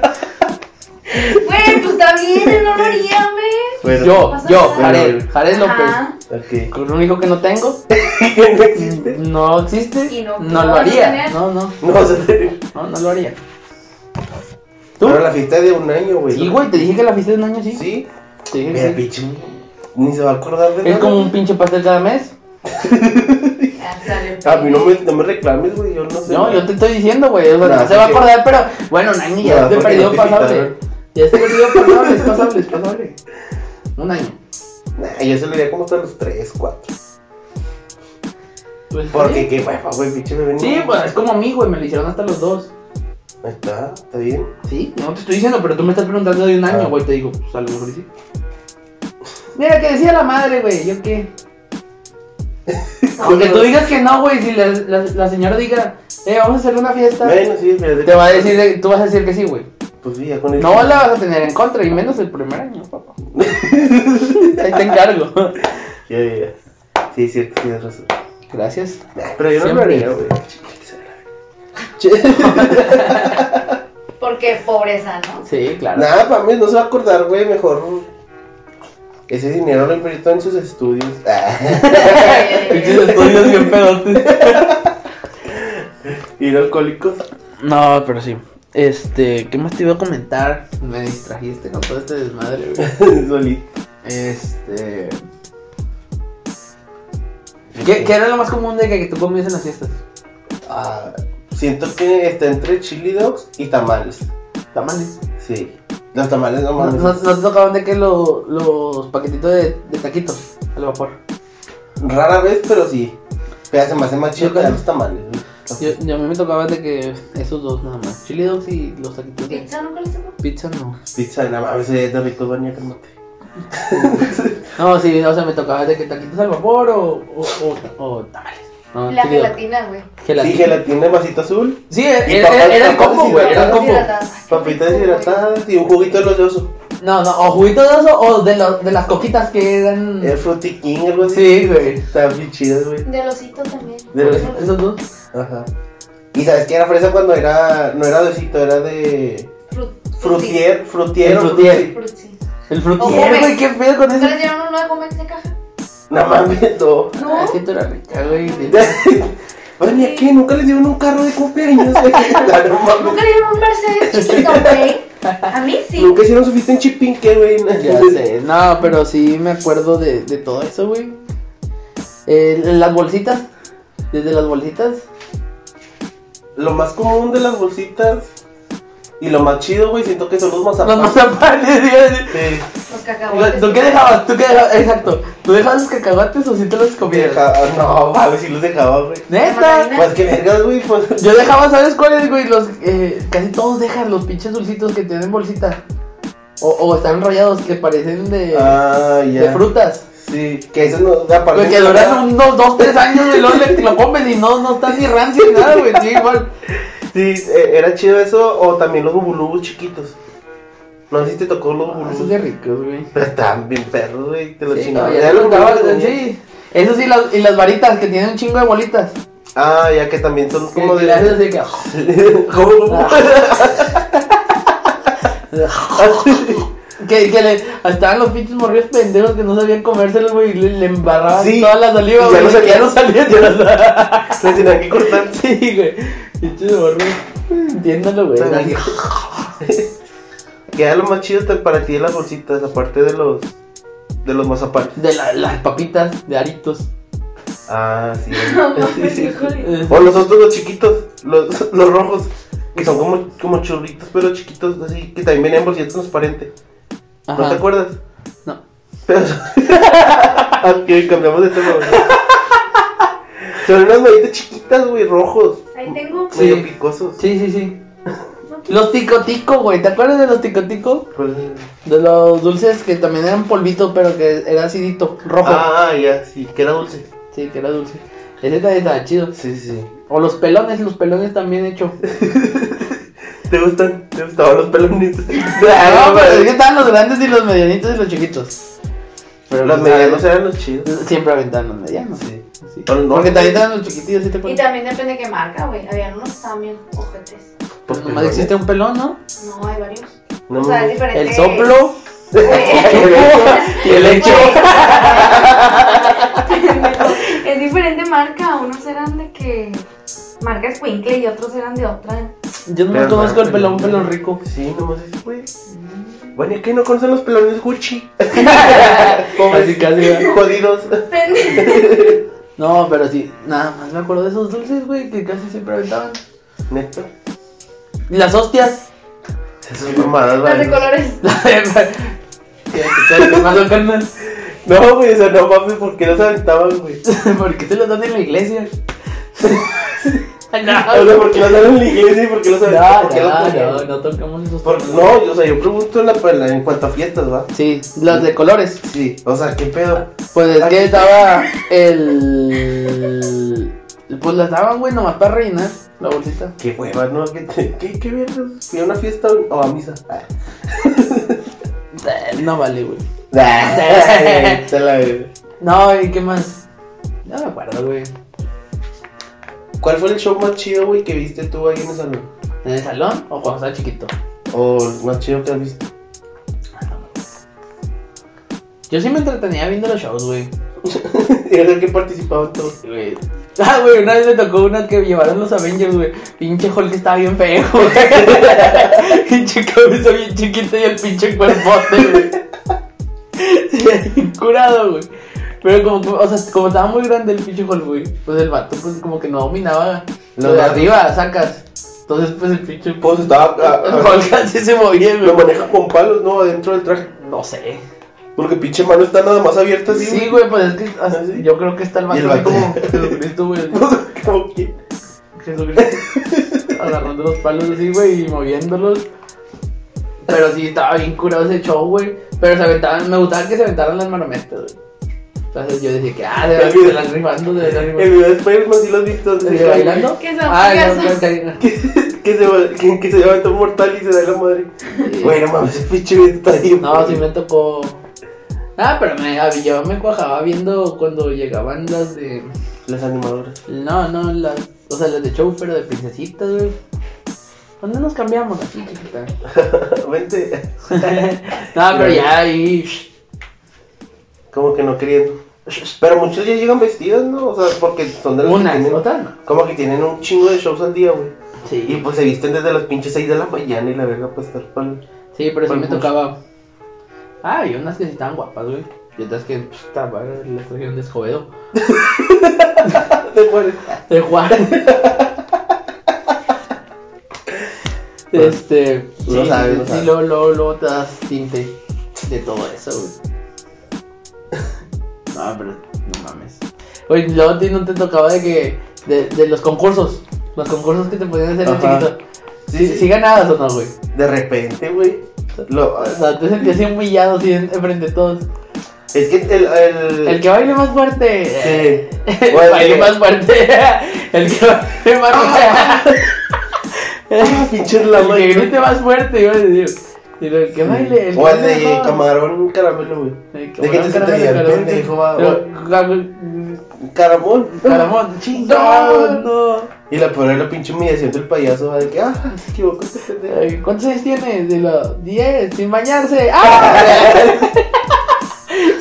S1: Güey, pues está bien, no lo haría, güey.
S3: Bueno,
S2: yo,
S1: pasa
S2: yo,
S1: nada.
S2: Jared, Jared
S1: Ajá.
S2: López.
S3: Ok.
S2: Con un hijo que no tengo,
S3: no existe.
S2: no existe,
S1: Y no-
S2: no,
S1: no
S2: lo
S1: vas a
S2: haría.
S1: tener.
S2: No, no,
S3: No vas a tener.
S2: no, no lo haría. ¿Tú?
S3: Pero la fiesta es de un año, güey.
S2: Sí, güey, te dije que la fiesta de un año sí.
S3: Sí.
S2: Te dije que
S3: Mira,
S2: sí.
S3: pinche. Ni se va a acordar de
S2: Es
S3: nada.
S2: como un pinche pastel cada mes.
S1: Ah, sale.
S3: A mí no me, no me reclames, güey. Yo no sé.
S2: No, yo te estoy diciendo, güey. O sea,
S3: No,
S2: no se va a
S3: porque-
S2: acordar, pero bueno, un año ya
S3: No,
S2: te
S3: porque
S2: perdió
S3: no te
S2: pasable.
S3: invitaron.
S2: Ya te perdió pasable, es pasable, es pasable. Un año.
S3: Nah, yo se lo haría como hasta los 3, 4.
S2: Pues,
S3: Porque
S2: sí.
S3: qué hueva, güey, pinche bebé.
S2: Sí, pues es como a mí, güey, me lo hicieron hasta los dos.
S3: Ahí Está, está bien.
S2: Sí, no te estoy diciendo, pero tú me estás preguntando de un año,
S3: Ah.
S2: güey. Te digo, pues a lo mejor y sí. Mira, que decía la madre, güey. ¿Yo qué? Aunque tú digas que no, güey. Si la, la- la señora diga, eh, vamos a hacer una fiesta,
S3: Bueno, sí, pero-
S2: te va a decir, eh, tú vas a decir que sí, güey.
S3: Pues sí, ya con el.
S2: No la vas a tener en contra, y menos el primer año, papá. Ahí te encargo.
S3: Ya, ya, ya. Sí, cierto, tienes razón.
S2: Gracias.
S3: Pero yo no lo
S2: Siempre.
S3: haría, güey.
S1: Porque pobreza, ¿no?
S2: Sí, claro.
S3: Nada, para mí no se va a acordar, güey. Mejor ese dinero lo invirtió en sus estudios. Ah,
S2: Pinches estudios bien pedotes.
S3: y no alcohólicos.
S2: No, pero sí. Este, ¿qué más te iba a comentar? Me distrajiste con todo este desmadre, güey.
S3: Solito.
S2: Este. ¿Qué, qué era lo más común de que, que tú comías en las fiestas?
S3: Ah, siento que está entre chili dogs y tamales.
S2: Tamales.
S3: Sí. Los tamales no
S2: ¿No,
S3: mames.
S2: no, no te tocaban de que lo- los paquetitos de, de taquitos al vapor?
S3: Rara vez, pero sí. Pero se me hace más chido que los tamales. güey.
S2: Yo, yo a mí me tocaba de que esos dos nada más. Chili dogs y los taquitos de
S1: Pizza nunca les tocó.
S2: pizza no.
S3: Pizza, nada más. A veces es de rico, güey, ya cálmate.
S2: No, sí, o sea, me tocaba de que taquitos al vapor o, o, o- o tamales. No,
S1: La
S2: chili dog.
S1: gelatina, güey.
S3: Sí,
S2: Gelatina.
S3: gelatina, vasito azul.
S2: Sí, era,
S3: Y
S2: era-
S3: papas-
S2: era el
S3: papas
S2: combo, güey, era el
S3: deshidratadas.
S2: combo.
S1: Deshidratadas.
S3: Papitas deshidratadas y un juguito de los de oso.
S2: No, no, o juguito de oso o de, los- de las coquitas que eran...
S3: El Fruity King, algo así.
S2: Mm. Sí, güey.
S3: Está bien chido, güey.
S1: Del osito también.
S3: De los-
S2: Esos dos.
S3: Ajá. ¿Y sabes quién era fresa cuando era, no era dulcito, era de
S1: Frut-
S3: frutier, frutier,
S2: El
S3: o
S2: frutier.
S3: fruti-
S1: Frutzi.
S2: El
S1: Ojo,
S2: frutier,
S1: güey.
S2: güey, qué pedo con
S1: ¿Nunca le
S2: ese.
S1: dieron una de Gomex de caja?
S3: No mames, no.
S2: Ah,
S1: No.
S2: Es que tú eras rica, güey.
S3: Oye, ni aquí nunca les dieron un carro de cumpleaños. güey. no mames.
S1: ¿Nunca le dieron un Mercedes chiquito, ok? A mí sí.
S3: Nunca hicieron su fiesta en Chipinque, güey.
S2: Ya sé. No, pero sí me acuerdo de, de todo eso, güey. Eh, las bolsitas. Desde las bolsitas.
S3: Lo más común de las bolsitas y lo más chido, güey, siento que son los
S2: Los
S3: mazapanes.
S2: mazapanes, iba a decir.
S3: Sí.
S1: Los cacahuetes.
S2: ¿Tú qué dejabas? ¿Tú qué dejabas? Exacto. ¿Tú dejabas los cacahuates o si te los comías?
S3: Deja- No, mames, sí los dejaba, güey.
S2: Neta.
S1: Mandarina.
S3: Pues que vergas, güey, pues.
S2: Yo dejaba, ¿sabes cuáles, güey? Los, eh, casi todos dejan los pinches dulcitos que tienen bolsita. O, o están rayados que parecen de,
S3: Ah, ya.
S2: de frutas.
S3: Sí, que eso no da
S2: Güey, Pues, que duran unos 2, 3 años de luego le- lo comes y no, no están ni rancio ni nada, güey. Sí, igual.
S3: Sí, eh, era chido eso, o también los bubulubus chiquitos. No sé si te tocó los
S2: Ah, Esos
S3: bubulubus.
S2: de ricos, güey.
S3: Pero estaban bien perros, güey, te los
S2: Sí,
S3: chingabas.
S2: no, ya
S3: Ya los
S2: los acabas,
S3: bubulubus, güey.
S2: sí. Eso sí, las, y las varitas que tienen un chingo de bolitas.
S3: Ah, ya que también son
S2: Que- Ah.
S3: como
S2: que
S3: de...
S2: le haces así que- ah,
S3: ¿Cómo? Ah,
S2: Que, que le estaban los pinches morrillos pendejos que no sabían comérselos, güey, y le, le embarraban
S3: Sí.
S2: todas las
S3: Y
S2: olivas,
S3: ya
S2: güey.
S3: no
S2: que Ya no
S3: salían.
S2: salían, ya no salían.
S3: Les tenían que cortar.
S2: Sí, güey. Pinches morrillos. Entiéndalo, güey.
S3: Que era lo más chido te- para ti de las bolsitas, aparte de los... De los mazapanes.
S2: De la- las papitas, de aritos.
S3: Ah, sí.
S1: No mames,
S3: Sí, sí.
S1: híjole.
S2: Eh,
S3: O los otros, los chiquitos, los, los rojos, que son como, como churritos, pero chiquitos, así, que también venían bolsitas transparentes. ¿No te
S2: ajá.
S3: acuerdas?
S2: No.
S3: Pero... ok, cambiamos de tema. güey. Son unas mallitas chiquitas, güey, rojos,
S1: Ahí tengo.
S2: Sí.
S3: medio picosos.
S2: Sí, sí, sí. Los ticotico, güey. ¿Te acuerdas de los ticotico?
S3: ¿Cuál?
S2: De los dulces que también eran polvito, pero que era acidito, rojo.
S3: Ah, ya, sí, que era dulce.
S2: Sí, que era dulce. Ese también estaba chido.
S3: Sí, sí.
S2: O los pelones, los pelones también hecho.
S3: ¿Te gustan? ¿Te gustaban los pelones? no,
S2: no, pero es que estaban los grandes y los medianitos y los chiquitos. Pero
S3: Los
S2: pues,
S3: medianos eran los chidos.
S2: Siempre aventaban los medianos.
S3: Sí.
S2: sí.
S3: O los
S2: Porque
S3: no-
S2: también estaban los chiquitillos, ¿sí te
S1: Y
S2: acuerdas?
S1: también depende de qué marca, güey. Habían unos también ojetes.
S3: Pues
S2: Nomás existe un pelón, ¿no?
S1: No, hay varios.
S3: No,
S1: o sea, es
S3: mames.
S1: diferente.
S2: El soplo y el
S1: Güey.
S2: hecho.
S1: es diferente marca. Unos eran de que. Marca Squinkle y otros eran de otra.
S2: Yo no
S3: Pero
S2: conozco
S3: no,
S2: el pelón,
S3: pero-
S2: pelón rico.
S3: Sí, nomás es, güey. Bueno, ¿y qué no conocen los pelones Gucci?
S2: Casi, casi. ¿verdad?
S3: Jodidos.
S2: No, pero sí, nada más me acuerdo de esos dulces, güey, que casi siempre aventaban.
S3: Neta.
S2: Y las hostias.
S3: Esas mamadas,
S1: Las de
S3: vale.
S1: colores.
S2: ¿Qué carnal?
S3: No, güey, o sea, no mames, ¿por qué los aventaban, güey?
S2: ¿Por qué se los dan en la iglesia?
S3: O sea,
S2: no,
S3: ¿por qué los dan en la iglesia y por qué los aventaban?
S2: no,
S3: ¿Por qué los
S2: no,
S3: ponían?
S2: no, no tocamos esos
S3: Por-
S2: temas.
S3: no, yo, o sea, yo pregunto en, la, en la- en cuanto a fiestas, ¿va?
S2: Sí, las de colores.
S3: Sí, o sea, ¿qué pedo?
S2: Pues es que estaba el. Pues las daban, güey, nomás para reinar la bolsita.
S3: ¿Qué hueva, no? ¿Qué, te- qué, qué vergas? ¿Fui a una fiesta o a misa? Ah.
S2: Eh, No vale, güey.
S3: Ah, te la verga.
S2: No, ¿y qué más? No me acuerdo, güey.
S3: ¿Cuál fue el show más chido, güey, que viste tú ahí en el salón?
S2: ¿En el salón o cuando estaba chiquito?
S3: O el más chido que has visto.
S2: Yo sí me entretenía viendo los shows, güey.
S3: Era el que participaba en todo.
S2: Güey. Ah, güey, una vez me tocó una que llevaron los Avengers, güey. Pinche Hulk estaba bien feo, güey. pinche cabeza bien chiquita y el pinche cuerpote, güey. Sí, bien curado, güey. Pero como, como- o sea, como estaba muy grande el pinche Hulk, güey, pues el vato, pues como que no dominaba
S3: Lo
S2: lo de
S3: más-
S2: arriba, sacas. Entonces, pues el pinche. El
S3: Pues estaba. ah, ah,
S2: Hulk así se movía,
S3: lo
S2: güey.
S3: maneja con palos, ¿no? Adentro del traje.
S2: No sé.
S3: Porque pinche mano está nada más abierta así.
S2: Sí, güey, pues es que así-
S3: Ah, ¿sí?
S2: yo creo que está el
S3: Y el
S2: vato así
S3: vato.
S2: como Jesucristo, güey.
S3: Como que-
S2: Jesucristo agarrando los palos así, güey, y moviéndolos. Pero sí, estaba bien curado ese show, güey. Pero se aventaban, me gustaba que se aventaran las marometas, güey. Entonces yo decía que, ah, de se las rifando, de las
S3: El
S2: rifando.
S3: video de Spider-Man sí lo has visto.
S2: ¿El
S3: Sí,
S2: de bailando?
S1: Que se
S2: Ah,
S1: apaga
S2: no,
S1: eso.
S2: Catarina.
S3: Que se, va- que, que se lleva todo mortal y se da la madre. Bueno, mames, ese pinche video está ahí.
S2: No, sí me tocó. Ah, pero me, a- yo me cuajaba viendo cuando llegaban las de.
S3: Las animadoras.
S2: No, no, las. O sea, las de show, pero de princesitas, güey. ¿Dónde nos cambiamos? Aquí, chiquita.
S3: Vente.
S2: no, pero ya ahí.
S3: Como que no queriendo. Pero muchos ya llegan vestidos, ¿no? O sea, porque son de los
S2: Unas,
S3: que tienen.
S2: otras no.
S3: Como que tienen un chingo de shows al día, güey. Y
S2: Sí,
S3: pues se visten desde las pinches 6 de la mañana y la verga pues estar pal.
S2: sí, pero sí
S3: Pues
S2: me
S3: mucho.
S2: tocaba. Ah, había unas que sí estaban guapas, güey. Y otras que pues, estaban, las trajeron de Escobedo.
S3: ¿Te acuerdas?
S2: De Juárez. este.
S3: Tú lo
S2: sí,
S3: sabes,
S2: sí,
S3: lo
S2: sí,
S3: sabes.
S2: luego, luego, luego te das tinte de todo eso, güey. No, pero no mames. Oye, luego a ti no te tocaba de que. de, de los concursos. Los concursos que te podían hacer de
S3: Ajá.
S2: chiquito.
S3: Sí,
S2: Sí,
S3: sí,
S2: sí ganabas o no, güey.
S3: De repente, güey. Lo,
S2: O sea, te sentías así humillado así en- enfrente de todos.
S3: es que el. el,
S2: El que baile más fuerte.
S3: Sí.
S2: El
S3: Bueno,
S2: baile
S3: sí.
S2: más fuerte. El que baile más
S3: Ah,
S2: fuerte.
S3: pinche la
S2: El que
S3: madre.
S2: grite más fuerte, iba a decir. Y lo- el que baile. El
S3: O
S2: que
S3: el de
S2: mejor.
S3: camarón caramelo, güey.
S2: El que
S3: ¿De qué
S2: camarón, caramelo,
S3: te sentaría? El
S2: caramelo,
S3: pendejo va-
S2: pero- caramón,
S3: Caramón.
S2: Caramón,
S3: No,
S2: chingón.
S3: no. Y la peor es la pinche humillación del payaso, va de que, ah, se equivocó este pendejo.
S2: Eh, ¿Cuántos años tienes? De los 10, sin bañarse. ¡Ah!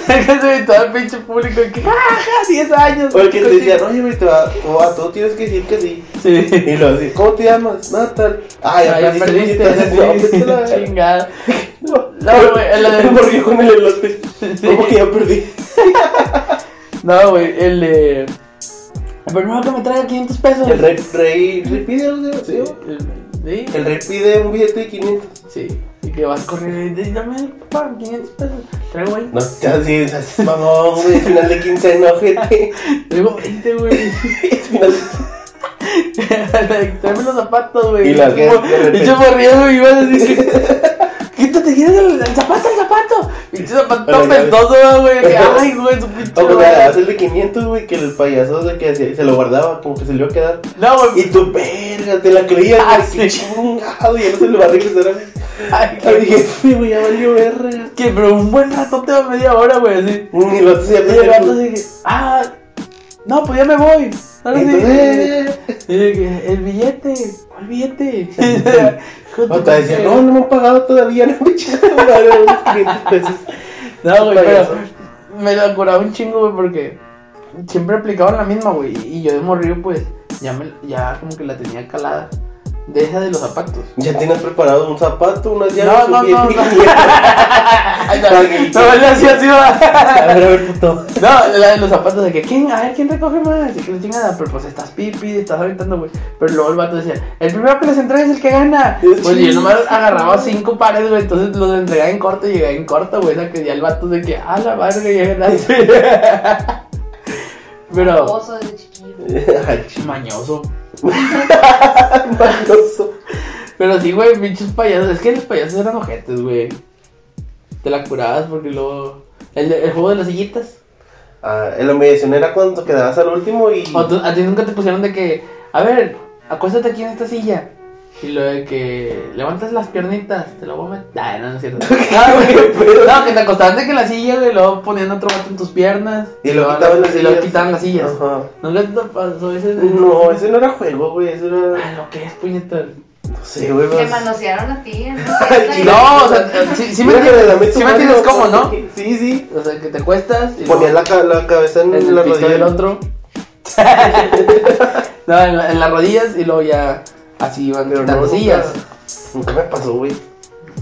S2: Sácase de todo el pinche público que ¡Ah! 10 años.
S3: O el que te decía, oye, güey, te va, o a todo tienes que decir que sí.
S2: Sí.
S3: Y lo dice, ¿cómo te llamas? Natal. Ah, ya,
S2: Ah, ya
S3: perdiste.
S2: perdiste,
S3: perdiste,
S2: ya perdiste,
S3: la verga.
S2: chingada.
S3: No,
S2: No, güey, el de-
S3: Me mordió con el elote. ¿Cómo que ya perdí?
S2: No, güey, el de. Pero no, que me traiga 500 pesos.
S3: El rey, rey, rey pide algo de
S2: Sí.
S3: vacío.
S2: Sí.
S3: El rey pide un billete de 500.
S2: Sí. Y que vas corriendo y dices, dame, papá, 500 pesos. Traigo ahí.
S3: No, ya sí, esas- mamón, güey, final de 15, no, gente.
S2: Traigo 20, güey.
S3: Final de
S2: Tráeme los zapatos, güey.
S3: Y la
S2: yo
S3: gente de repente-
S2: yo corriendo y ibas a decir que- Quítate, quítate el, el zapato, el zapato. Pinche zapato
S3: Pero ya-
S2: pestoso, güey. que, Ay, güey, su pinche.
S3: O como
S2: madre.
S3: hace el pues, de 500, güey, que el payaso de que hacía- se lo guardaba, como que se le iba a quedar.
S2: No,
S3: Y
S2: güey.
S3: tú, verga, te la creías,
S2: Ah,
S3: güey, qué
S2: sí.
S3: chingado, y ya no se le va a regresar a mí.
S2: Ay,
S3: Y
S2: que-
S3: dije, sí, güey, ya valió verga.
S2: Que, pero un buen rato te va media hora, güey. Así.
S3: Y lo hacía
S2: Y el vato así que, ah, no, pues ya me voy. Ahora sí.
S3: Entonces,
S2: Y de que, el billete, ¿cuál billete?
S3: o te decía, no, no me han pagado todavía, no me chingas tu madre, unos 500 pesos.
S2: No, güey,
S3: Payaso.
S2: pero me lo curaba un chingo, güey, porque siempre aplicaban la misma, güey. Y yo de morrillo, pues, ya, me, ya como que la tenía calada. De esa de los zapatos.
S3: Ya tienes preparado un zapato, unas
S2: No,
S3: llaves,
S2: no,
S3: un
S2: no, no.
S3: billete.
S2: Ay, no, no, le hacía así,
S3: A
S2: va.
S3: ver, a ver, puto.
S2: No, la de los zapatos, de que, ¿quién? A ver, ¿quién recoge más? Y que la chingada, pero pues estás pipi, estás aventando, güey. Pero luego el vato decía, el primero que les entregue es el que gana.
S3: Es
S2: Pues yo nomás
S3: chingón.
S2: agarraba cinco pares, güey, entonces los entregaba en corto y llegaba en corto, güey. O sea, que ya el vato de que, ah, la madre, ya ganaste. pero,
S1: Oso de chiquillo.
S3: Ay,
S2: mañoso.
S3: chimanoso.
S2: Pero sí, güey, pinches payasos. Es que los payasos eran ojetes, güey. Te la curabas porque luego. El, de- el juego de las sillitas.
S3: Ah, la humillación era cuando quedabas al último y...
S2: O tú- a ti nunca te pusieron de que, a ver, acuéstate aquí en esta silla. Y lo de que levantas las piernitas, te lo voy a meter. Nah, no, no es cierto. No, güey.
S3: ¿Qué pedo?
S2: No, que te acostabas de que en la silla, güey, luego poniendo otro vato en tus piernas.
S3: Y lo
S2: luego
S3: quitaban
S2: la-
S3: las
S2: y luego
S3: sillas.
S2: quitaban las sillas.
S3: Ajá.
S2: Nunca te pasó ese.
S3: No, ese no era juego, güey, eso era...
S2: Ah, lo que es, puñetas.
S3: No sé, güey,
S1: Te
S3: más-
S1: manosearon a ti. ¿no?
S3: Sí.
S2: No, o sea, sí, sí me
S3: Mira que le lamé
S2: entiendes, sí
S3: tu
S2: me
S3: mano,
S2: entiendes cómo, ¿no?
S3: Sí, sí.
S2: O sea, que te cuestas y
S3: Ponía
S2: luego-
S3: la, ca- la cabeza en,
S2: en el
S3: la
S2: pito
S3: rodilla.
S2: del otro. no, en, la- en las rodillas y luego ya así iban
S3: Pero
S2: quitando
S3: no,
S2: sillas.
S3: nunca, nunca me pasó, güey.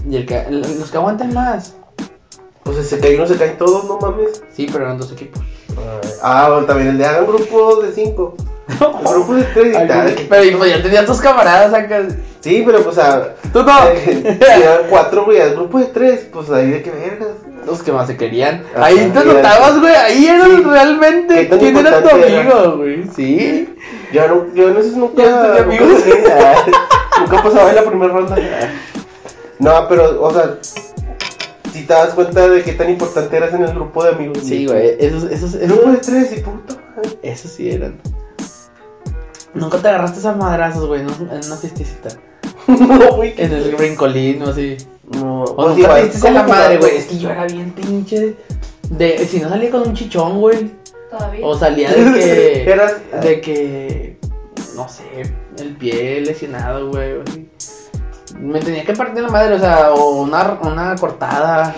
S2: Y el que, el- los que aguantan más.
S3: Pues si se cae uno, se caen todos, no mames.
S2: Sí, pero eran dos equipos.
S3: Ah, bueno, también el de hagan grupo de cinco. El grupo de tres y tal.
S2: pero y, pues, ya tenías tus camaradas acá.
S3: Sí, pero pues a...
S2: ¡Tú no!
S3: Si eran cuatro, güey, al grupo de tres, pues ahí de qué vergas.
S2: los que más se querían.
S3: Ajá,
S2: ahí te
S3: y
S2: notabas, güey. Ahí eras
S3: Sí.
S2: realmente
S3: Qué tan
S2: quién era tu
S3: importante era.
S2: amigo, güey. Sí.
S3: Yo no, yo en esos nunca.
S2: Ya no tenía
S3: nunca
S2: amigos.
S3: jugué, ah, Nunca pasaba en la primera ronda. No, pero, o sea, si te das cuenta de qué tan importante eras en el grupo de amigos.
S2: Sí, güey. Esos, esos,
S3: El
S2: esos,
S3: grupo de tres y punto.
S2: esos sí eran. Nunca te agarraste a madrazos, güey, en un- en una fiestecita.
S3: No, güey.
S2: En el brincolín o así.
S3: No,
S2: O
S3: pues
S2: nunca
S3: igual,
S2: te diste a la
S3: ¿cómo
S2: madre,
S3: jugabas?
S2: güey. Es que yo era bien pinche. De, si no salía con un chichón, güey.
S1: Todavía.
S2: O salía de que.
S3: Eras.
S2: De que. no sé, el pie lesionado, güey. o así. Me tenía que partir la madre, o sea, o una, una cortada.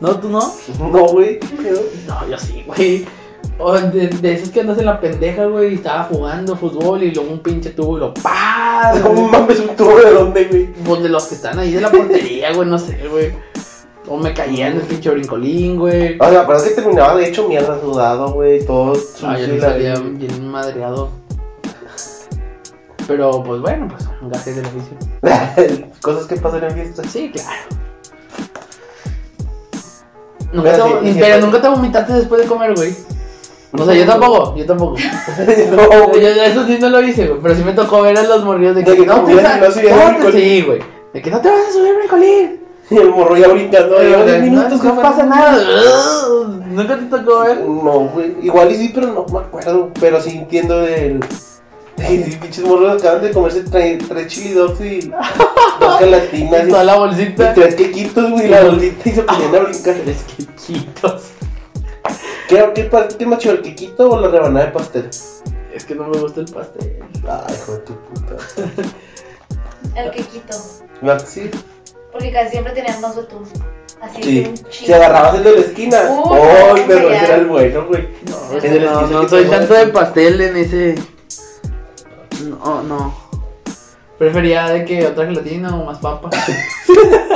S2: No, tú no.
S3: No, güey.
S2: No, yo sí, güey. O de, de esos que andas en la pendeja, güey, y estaba jugando fútbol y luego un pinche tubo y lo ¡pah!
S3: ¿Cómo Ah, mames un tubo de dónde, güey?
S2: Pues de los que están ahí de la portería, güey, no sé, güey. O me caía en el pinche brincolín, güey.
S3: O sea, parece que terminaba de hecho mierda sudado, güey.
S2: No,
S3: Todo
S2: yo
S3: sucio y
S2: sí
S3: la-
S2: salía bien madreado. Pero pues bueno, pues gajes del oficio.
S3: Cosas que pasan en fiestas.
S2: Sí, claro. Nunca
S3: Pero
S2: te-
S3: sí, sí,
S2: pero
S3: sí.
S2: nunca te vomitaste después de comer, güey. O sea, yo tampoco, yo tampoco.
S3: no,
S2: Yo-
S3: güey.
S2: yo- eso sí no lo hice, güey. Pero sí me tocó ver a los morridos de que,
S3: De que
S2: no te
S3: comían y
S2: sa-
S3: no subían
S2: no
S3: el
S2: te-
S3: brincolín.
S2: Sí, güey. De que no te vas a subir el brincolín.
S3: Y el morro ya brincando.
S2: Pero,
S3: ya
S2: o sea,
S3: diez minutos,
S2: no, no
S3: güey.
S2: pasa nada. Nunca te tocó ver.
S3: No, güey. Igual y sí, pero no me acuerdo. Pero sí entiendo del. Ay, sí, pinches morros acaban de comerse tre- tres chili dogs y dos
S2: Y
S3: gelatinas y,
S2: toda la
S3: y
S2: bolsita.
S3: tres quequitos, güey, la bolita y se ponían a brincar.
S2: Tres quequitos.
S3: ¿Qué, qué parte más chido, el quequito o la rebanada de pastel?
S2: Es que no me gusta el pastel.
S3: Ay, hijo de tu puta.
S4: El que quito.
S3: La- Sí,
S4: Porque casi siempre tenían más de tú. Así de
S3: sí.
S4: un
S3: Si agarrabas el de la esquina, ¡ay,
S4: Uy, no,
S3: pero
S4: ya.
S3: ese era el bueno, güey!
S2: No,
S4: Es
S3: de los
S2: no,
S3: que se
S2: no
S3: te
S2: soy
S3: mueven.
S2: tanto de pastel en ese. No, no. Prefería de que otra gelatina o más papas.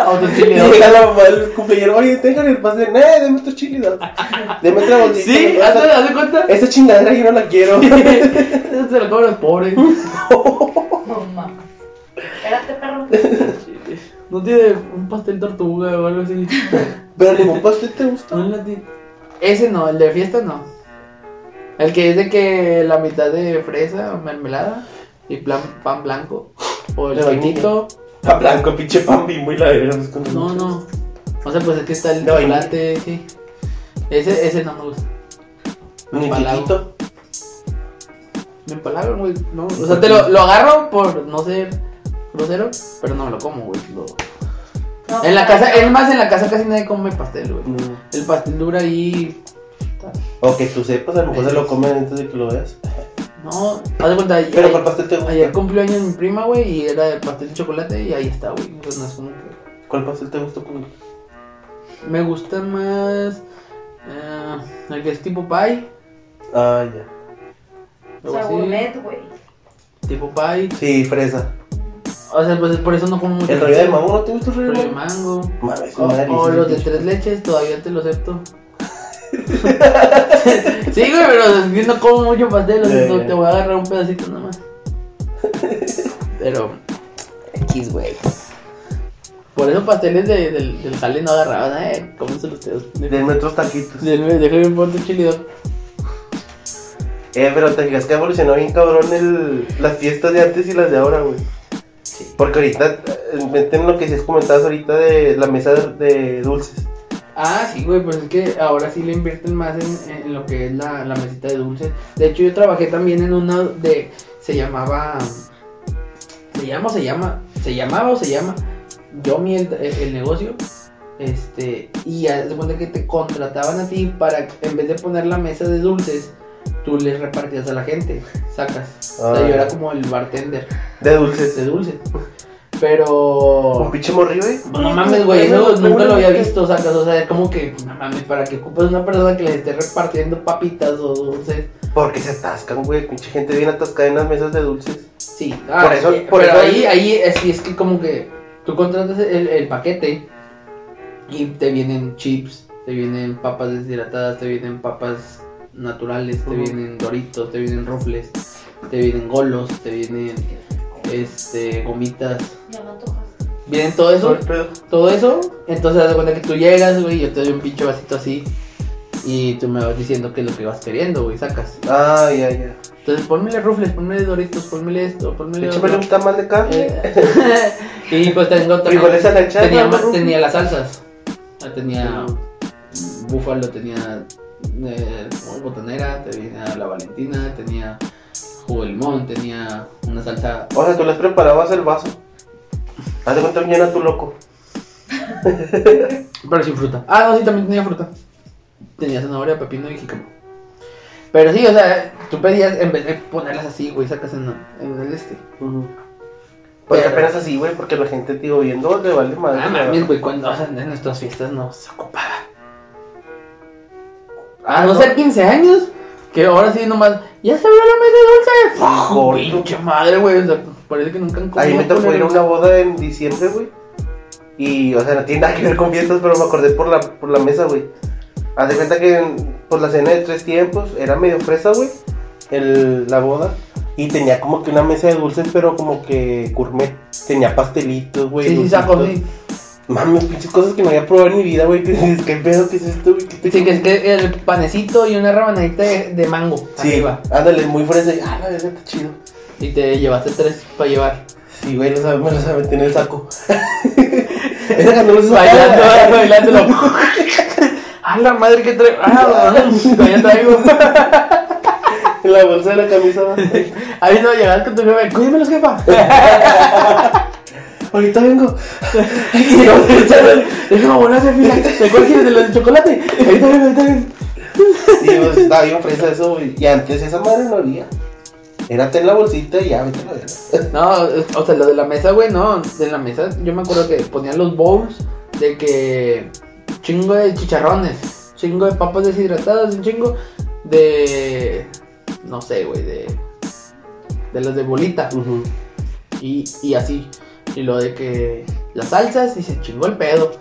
S2: Otro
S3: Y
S2: chile dog.
S3: llega la mamá del compañero, oye, tengan el pastel, ¡eh, deme otro chili dog! Deme otra bolsita.
S2: Sí,
S3: Esa-
S2: hazte hazte cuenta.
S3: Esta chingadera yo no la quiero.
S2: Se lo comen los pobres.
S4: No mames. Espérate, perro.
S2: No tiene un pastel tortuga o algo así.
S3: Pero ningún pastel te gusta.
S2: Un lati- Ese no, el de fiesta no. El que es de que la mitad de fresa o mermelada y plan- pan blanco. O el
S3: De vainilla.
S2: chiquito.
S3: Pan blanco, pinche pan bimbo y la verga. pues, con
S2: No,
S3: mucho.
S2: no. O sea, pues es que está el
S3: De vainilla.
S2: chocolate, sí. Ese, ese no me gusta.
S3: Ni
S2: Empalago.
S3: chiquito.
S2: Me empalagan, güey. No. O sea, te lo, lo agarro por no ser grosero, pero no me lo como, güey. Lo-
S4: No,
S2: En la
S4: espérate.
S2: casa, es más, en la casa casi nadie come pastel, güey.
S3: No.
S2: El pastel dura ahí.
S3: Mm. O que tú sepas, a lo mejor se lo comen antes de que lo veas.
S2: No, haz de cuenta.
S3: Pero
S2: ay-
S3: ¿cuál pastel te gusta?
S2: Ayer cumplió años mi prima, güey, y era de pastel de chocolate y ahí está, güey. Entonces no es como que...
S3: ¿Cuál pastel te gusta comer?
S2: Me gusta más eh, el que es tipo pie.
S3: Ah, ya.
S4: O
S2: algo
S4: sea,
S2: así,
S4: gourmet, güey.
S2: Tipo pie.
S3: Sí, fresa.
S2: O sea, pues por eso no como mucho.
S3: ¿El rollo de mango no te gusta el rollo
S2: Rollo
S3: de
S2: de
S3: mango?
S2: mango.
S3: Mames,
S2: Pues, O,
S3: una delicia,
S2: o los de
S3: pinche.
S2: tres leches, todavía te lo acepto. sí, güey, pero yo no como mucho pastel, o sea,
S3: Ya, ya.
S2: te voy a agarrar un pedacito nada más. Pero, X, güey. Por eso pasteles de- del, del jale no agarraban, eh, cómenselo ustedes.
S3: Denme otros taquitos.
S2: Déjame, déjame un poquito chile dog.
S3: Eh, pero te fijas que evolucionó bien cabrón el, las fiestas de antes y las de ahora, güey. Porque ahorita eh, meten lo que sí comentabas ahorita de la mesa de, de dulces.
S2: Ah, sí, güey, pues es que ahora sí le invierten más en, en lo que es la, la mesita de dulces. De hecho, yo trabajé también en una de. Se llamaba. Se llama, o se llama. Se llamaba o se llama. Yo mi el, el- el negocio. Este. Y haz de cuenta que te contrataban a ti para. que, En vez de poner la mesa de dulces, tú les repartías a la gente. Sacas. O sea,
S3: Ah.
S2: yo era como el bartender
S3: De dulces.
S2: de dulces. Pero.
S3: Un pinche morrillo, güey.
S2: Pues No mames, güey, eso nunca lo había visto, sacas, o sea, es como que, no mames, para que ocupes una persona que les esté repartiendo papitas o dulces,
S3: Porque se atascan, güey. Pinche gente bien atascada en las mesas de dulces.
S2: sí,
S3: Por eso-
S2: eh,
S3: por
S2: pero
S3: eso-
S2: ahí, ahí, es, es que como que tú contratas el, el paquete y te vienen chips, te vienen papas deshidratadas, te vienen papas naturales, te
S3: Ujú.
S2: vienen doritos, te vienen rufles, te vienen golos, te vienen, este, gomitas,
S4: Ya me antojas.
S2: vienen todo eso,
S3: Sobre pedo.
S2: todo eso, entonces haz de cuenta que tú llegas, güey, yo te doy un pinche vasito así y tú me vas diciendo qué es lo que vas queriendo, güey, sacas.
S3: Ah, ya, ya.
S2: Entonces ponmele rufles, ponmele doritos, ponmele esto, ponmele
S3: Échame
S2: otro.
S3: un tamal de carne.
S2: Eh, y pues tengo también-
S3: Frijoles a la chata.
S2: tenía,
S3: ¿no?
S2: más- tenía las salsas, Ah, tenía
S3: Sí.
S2: búfalo, tenía eh, botanera, tenía la valentina, tenía jugo de limón, tenía una salsa
S3: O sea, tú les preparabas el vaso. Haz de cuenta mañana tu loco.
S2: Pero sin fruta. Ah, no, sí, también tenía fruta. Tenía zanahoria, pepino y jícama. Pero sí, o sea, tú pedías, en vez de ponerlas así, güey, sacas en, en el este.
S3: Ujú. Porque
S2: Pero-
S3: apenas así, güey, porque la gente, tío, viendo, le vale madre.
S2: Ah, mames, güey, cuando o sea, en nuestras fiestas no se ocupaba. A no
S3: Ah, no.
S2: ser 15 años, que ahora sí nomás, ya se abrió la mesa de dulces.
S3: Gordo.
S2: Pinche madre, güey, o sea, parece que nunca han
S3: A mí me tocó
S2: poner-
S3: ir a una boda en diciembre, güey. Y, o sea, no tiene nada que ver con fiestas, pero me acordé por la, por la mesa, güey. Haz de cuenta que en- por la cena de tres tiempos era medio fresa, güey. el- La boda. Y tenía como que una mesa de dulces, pero como que gourmet. Tenía pastelitos, güey.
S2: Sí, sí,
S3: dulcitos.
S2: saco, sí.
S3: Mames, pinches cosas que no había probado en mi vida, güey. Que dices, ¿Qué pedo que es esto, güey? ¿Qué estoy
S2: Sí, que es que el panecito y una rabanadita de, de mango
S3: Sí,
S2: arriba.
S3: ándale, muy fresa. y, Ah, la verdad, está chido.
S2: Y te llevaste tres para llevar.
S3: Sí, güey, lo sabe, me lo sabe, tiene el saco. Esa canción lo sabe.
S2: Bailando, bailando. ¡Ah, la madre que traigo! ¡Ah, todavía traigo!
S3: En la bolsa de la camisa. va.
S2: Ahí no llegas con tu jefe. ¡Cuídemelos, jefa!
S3: Ahorita vengo.
S2: Y no, déjame volar hacia fila. ¿Te acuerdas de los de chocolate? Ahorita ven, ahorita ven.
S3: Y yo pues, estaba bien fresa eso, güey. Y antes esa madre no había. Era ten la bolsita y ya, vete a la verga.
S2: No, es- o sea, lo de la mesa, güey, no. De la mesa, yo me acuerdo que ponían los bowls de que. Chingo de chicharrones, chingo de papas deshidratadas, un chingo de. No sé, güey, de. De los de bolita. Y, y así. Y lo de que las salsas y se chingó el pedo.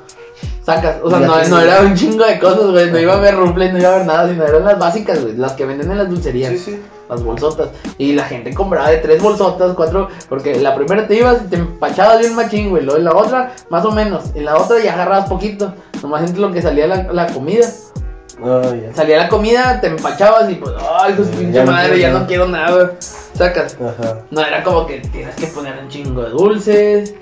S2: Sacas, o sea,
S3: Y la
S2: no,
S3: tienes.
S2: no era un chingo de cosas, güey. No
S3: Ajá.
S2: iba a haber rumble, no iba a haber nada, sino eran las básicas, güey. Las que venden en las dulcerías,
S3: Sí, sí.
S2: las bolsotas. Y la gente compraba de tres bolsotas, cuatro, porque la primera te ibas y te empachabas bien machín, güey. Luego en la otra, más o menos. En la otra ya agarrabas poquito. Nomás entre lo que salía la, la comida.
S3: No, ya.
S2: Salía la comida, te empachabas y pues, ay, pues
S3: Ya
S2: pinche
S3: no
S2: madre,
S3: quiero
S2: ya
S3: nada.
S2: no quiero nada. Sacas.
S3: Ajá.
S2: No era como que tienes que poner un chingo de dulces.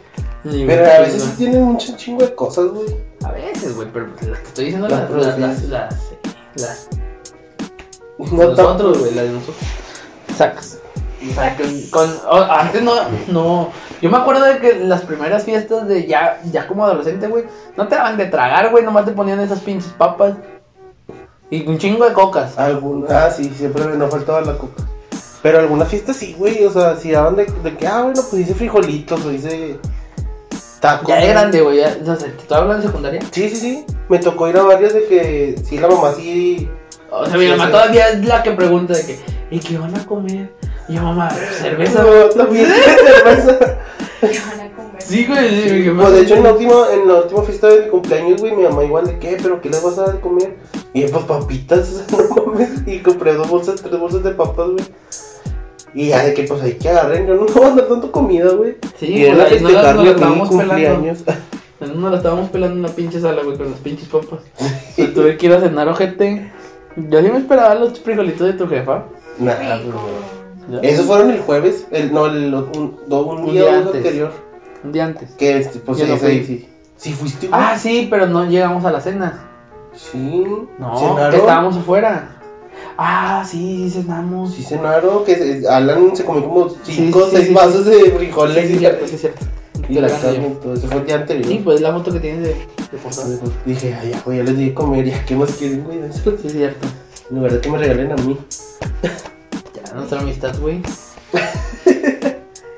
S2: ni
S3: Pero
S2: un
S3: a
S2: chingo-
S3: veces sí pues, tienen un ch- chingo de cosas, güey.
S2: A veces, güey, pero te estoy diciendo
S3: Las
S2: las. Las. Las.
S3: producidas.
S2: Las. eh, las-
S3: No tanto.
S2: nosotros, güey, las de nosotros. Sacas. O sea, que con, o- antes no, no. Yo me acuerdo de que las primeras fiestas de ya, ya como adolescente, güey, no te daban de tragar, güey, nomás te ponían esas pinches papas. Y un chingo de cocas.
S3: Algún- ah, sí, siempre me- no faltaba la coca. Pero algunas fiestas sí, güey. O sea, si daban de, de que, ah, bueno, pues hice frijolitos o hice tacos.
S2: Ya de
S3: güey.
S2: grande, güey, ya, no sé, ¿te estoy hablando de secundaria?
S3: Sí, sí, sí. Me tocó ir a varias de que, sí, la mamá sí.
S2: O sea, mi
S3: Sí,
S2: mamá
S3: sí.
S2: todavía es la que pregunta de que, ¿y qué van a comer? Y yo, mamá, cerveza.
S3: No, también cerveza.
S4: ¿Qué van a comer?
S2: Sí, güey, sí, güey, ¿qué
S3: Pues
S2: pasa?
S3: de hecho en la última, en la última fiesta de mi cumpleaños, güey, mi mamá igual de qué, pero qué les vas a dar de comer. Y yo, pues papitas, no mames. Y compré dos bolsas, tres bolsas de papas, güey. Y ya de que pues hay que agarren, yo no voy a andar tanto comida, güey.
S2: Sí,
S3: y era
S2: güey, no la- no
S3: festejarle
S2: la
S3: a mi
S2: estábamos
S3: cumpleaños.
S2: No la estábamos pelando en una pinche sala, güey, con las pinches papas. Y tuve que ir a cenar, ojete. Yo sí me esperaba los frijolitos de tu jefa.
S3: Nah,
S4: Rico.
S3: güey.
S2: ¿ya?
S3: Esos fueron el jueves, el, no, el, un, do- un
S2: Un día
S3: día, o dos
S2: antes.
S3: anterior.
S2: Un día antes.
S3: Que este, pues
S2: Yo
S3: sí,
S2: no
S3: ese-
S2: fui.
S3: sí. Sí fuiste, güey.
S2: Ah, sí, pero no llegamos a la cena.
S3: sí.
S2: No,
S3: cenaron.
S2: que estábamos afuera. Ah, sí, sí, cenamos.
S3: Sí cenaron, que se- Alan se comió como
S2: Sí,
S3: 5 o
S2: sí,
S3: 6
S2: sí,
S3: vasos de frijoles
S2: Sí, sí,
S3: y, pues,
S2: cierto, sí, cierto.
S3: y
S2: Te
S3: la
S2: la gano
S3: carne,
S2: yo.
S3: todo eso fue el día anterior.
S2: Sí, pues la foto que tienes de, de portada.
S3: Entonces, pues, Dije, ay, ya, güey, ya les di de comer, ya, ¿qué más quieren, güey? En
S2: Sí, cierto.
S3: lugar de que me regalen a mí,
S2: Ya, nuestra amistad, güey.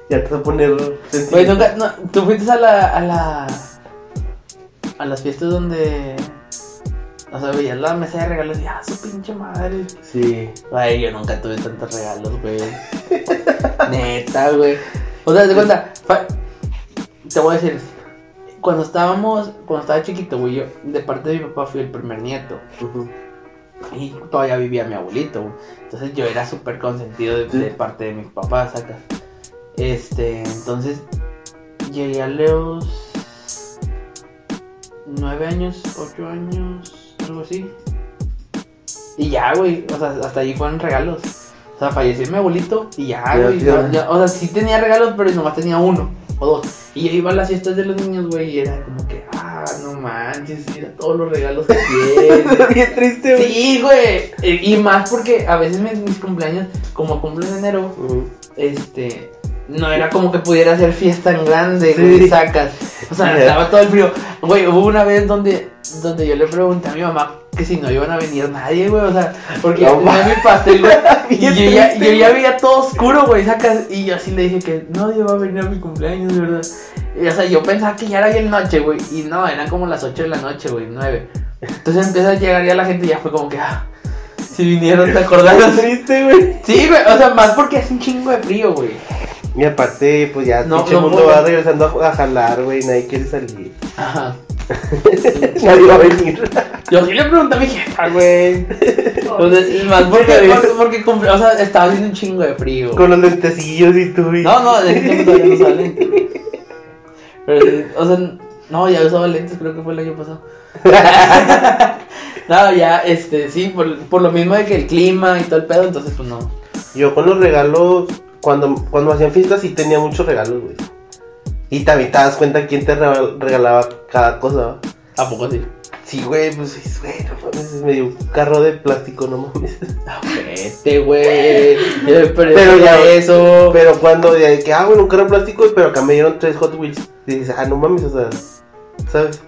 S3: ya te voy a poner
S2: Güey,
S3: sentido.
S2: nunca, no, tú fuiste a la, a la, a las fiestas donde, o sea, veías la mesa de regalos y, ah, su pinche madre.
S3: Sí,
S2: Güey, yo nunca tuve tantos regalos, güey. Neta, güey. O sea, te cuenta, fa- te voy a decir, cuando estábamos, cuando estaba chiquito, güey, yo, de parte de mi papá fui el primer nieto.
S3: ujú.
S2: Y todavía vivía mi abuelito, güey. Entonces yo era súper consentido de,
S3: Sí.
S2: de parte de mis papás acá. Este, entonces llegué a los nueve años, ocho años, algo así. Y ya, güey, o sea, hasta ahí fueron regalos. O sea, falleció mi abuelito y ya,
S3: Ya,
S2: güey.
S3: tío.
S2: ya- ya- o sea, sí tenía regalos, pero nomás tenía uno o dos. Y yo iba a las fiestas de los niños, güey, y era como que, ah, no manches, mira todos los regalos que tiene.
S3: bien triste, güey.
S2: Sí, güey. Eh, Y más porque a veces mis, mis cumpleaños, como cumplo en enero,
S3: Ujú.
S2: este. No era como que pudiera hacer fiesta en grande,
S3: Sí.
S2: güey, sacas. O sea,
S3: Ya.
S2: estaba todo el frío. Güey, hubo una vez donde, donde yo le pregunté a mi mamá que si no iban a venir nadie, güey, o sea, porque
S3: No,
S2: yo tenía mi pastel, güey, y
S3: Bien
S2: yo ya,
S3: triste,
S2: yo ya
S3: güey.
S2: veía todo oscuro, güey, sacas, y yo así le dije que nadie va a venir a mi cumpleaños, de verdad, y, o sea, yo pensaba que ya era bien noche, güey, y no, eran como las 8 de la noche, güey, 9, entonces empieza a llegar ya la gente y ya fue como que, ah, si vinieron, ¿te acordás?
S3: triste, güey.
S2: Sí, güey, o sea, más porque hace un chingo de frío, güey.
S3: Y aparte, pues ya
S2: No,
S3: pinche
S2: no
S3: mundo
S2: puedo.
S3: va regresando a, a jalar, güey. Nadie quiere salir.
S2: Ajá.
S3: nadie va a venir.
S2: Yo sí le pregunté a mi
S3: Ah,
S2: jefa, güey. O sea, y más porque, porque, porque cumple- o sea, estaba haciendo un chingo de frío.
S3: Con los lentecillos y tú. y-
S2: No, no, de ese tiempo todavía no sale. Pero, eh, o sea, no, ya usaba lentes, creo que fue el año pasado. no, ya, este, sí, por, por lo mismo de que el clima y todo el pedo, entonces pues no.
S3: Yo con los regalos, cuando, cuando hacían fiestas sí tenía muchos regalos, güey. Y también te das cuenta quién te re- regalaba cada cosa. ¿va?
S2: ¿A poco sí?
S3: Sí, güey, pues es, güey, no mames, me dio un carro de plástico, no mames.
S2: Este, güey. Yo
S3: Pero
S2: pero
S3: ya-
S2: ya eso.
S3: Pero cuando ya de que, ah, bueno, un carro de plástico, pero acá me dieron tres Hot Wheels. Y dices, ah, no mames, o sea, ¿sabes?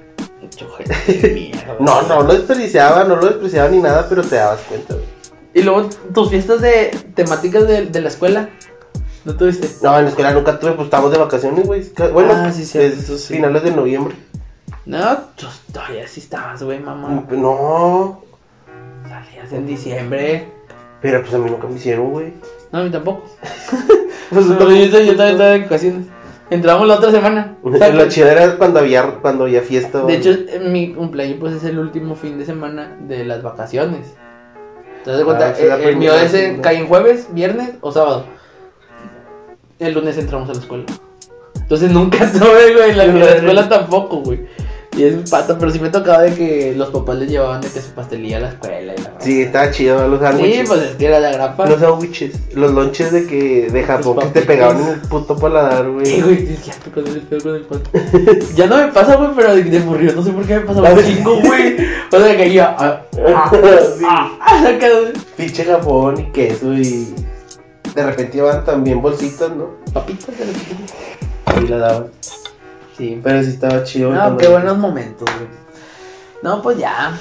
S2: Yo, gente, mierda.
S3: No, no, lo despreciaba, no lo despreciaba ni nada, pero te dabas cuenta, güey.
S2: Y luego tus fiestas de temáticas de, de la escuela, ¿no tuviste?
S3: No, en la escuela nunca tuve, pues estábamos de vacaciones, güey. Es que- Bueno,
S2: Ah, sí, cierto, eso
S3: es
S2: sí.
S3: finales de noviembre.
S2: No, tú todavía sí estabas, güey, mamá.
S3: No,
S2: Salías en diciembre.
S3: pero pues a mí nunca me hicieron, güey.
S2: No, a mí tampoco.
S3: Pues,
S2: yo,
S3: no,
S2: yo, yo todavía estaba en vacaciones. Entramos la otra semana.
S3: Lo chido era cuando había, cuando había fiesta.
S2: De
S3: güey.
S2: hecho, eh, mi cumpleaños pues es el último fin de semana de las vacaciones. ¿Te das cuenta?
S3: Ah, sí, la
S2: Eh, el mío
S3: primera,
S2: ese
S3: segunda.
S2: cae en jueves, viernes o sábado. El lunes entramos a la escuela. Entonces nunca tuve, güey, la, la escuela tampoco, güey. Y es mi pata, pero sí me tocaba de que los papás les llevaban de que su pastelilla a la escuela y la
S3: Sí, estaba chido, ¿no? los
S2: Sí,
S3: sándwiches.
S2: pues es que era la grapa.
S3: Los sándwiches, los lonches de que de Japón que te
S2: papitas.
S3: pegaban en el puto paladar,
S2: Sí,
S3: güey.
S2: güey, sí, ya te perdí el pedo con el pato. Ya no me pasa, güey, pero de, de morrido, no sé por qué me pasaba un chingo, güey. O sea, que yo, ah, ah,
S3: Sí.
S2: ah, ah, saca, güey.
S3: Pinche Japón y queso y de repente iban también bolsitas, ¿no?
S2: Papitas de la chiquita.
S3: Y la daban.
S2: Sí.
S3: Pero sí estaba chido.
S2: No,
S3: cuando-
S2: Ah, qué buenos momentos, güey. No, pues ya.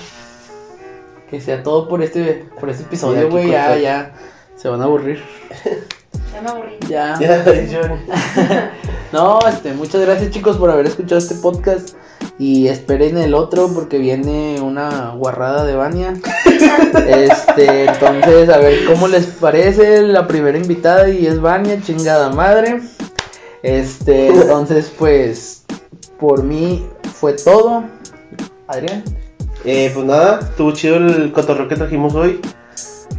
S2: Que sea todo por este, por este
S3: Ya,
S2: episodio,
S3: aquí
S2: güey, ya,
S3: corta.
S2: ya. Se van a aburrir.
S4: Ya me aburrí.
S2: Ya.
S3: Ya, yo-
S2: No, este, muchas gracias chicos por haber escuchado este podcast. Y esperen el otro porque viene una guarrada de Bania. Este, entonces, a ver cómo les parece la primera invitada y es Bania, chingada madre. Este, entonces, pues, por mí fue todo. Adrián.
S3: Eh, pues nada, estuvo chido el cotorreo que trajimos hoy.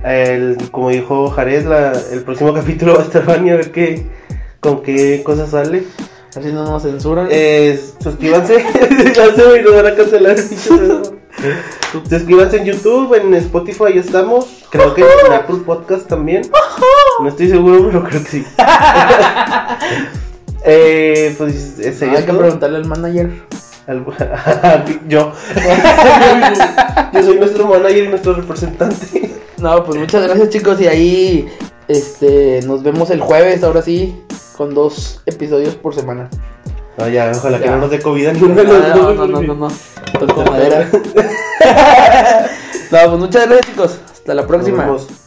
S3: El- como dijo Jared, la- el próximo capítulo va a estar Vani a ver qué, con qué cosas sale.
S2: A ver si no nos censuran.
S3: Eh, suscríbanse, ya se me van a cancelar. suscríbanse en YouTube, en Spotify ya estamos. Creo que en Apple Podcast también. No estoy seguro, pero creo que sí. eh, pues
S2: Hay
S3: sería
S2: que
S3: todo.
S2: preguntarle al manager.
S3: Algo- Yo. Yo soy nuestro manager y nuestro representante.
S2: No, pues muchas gracias chicos y ahí este nos vemos el jueves ahora sí con dos episodios por semana.
S3: No, ya, ojalá que
S2: Ya.
S3: no nos dé COVID a
S2: No,
S3: ninguno de los
S2: no,
S3: dos,
S2: no, no,
S3: porque-
S2: no, no. Toco madera. No, pues muchas gracias chicos. Hasta la
S3: Nos
S2: próxima.
S3: vemos.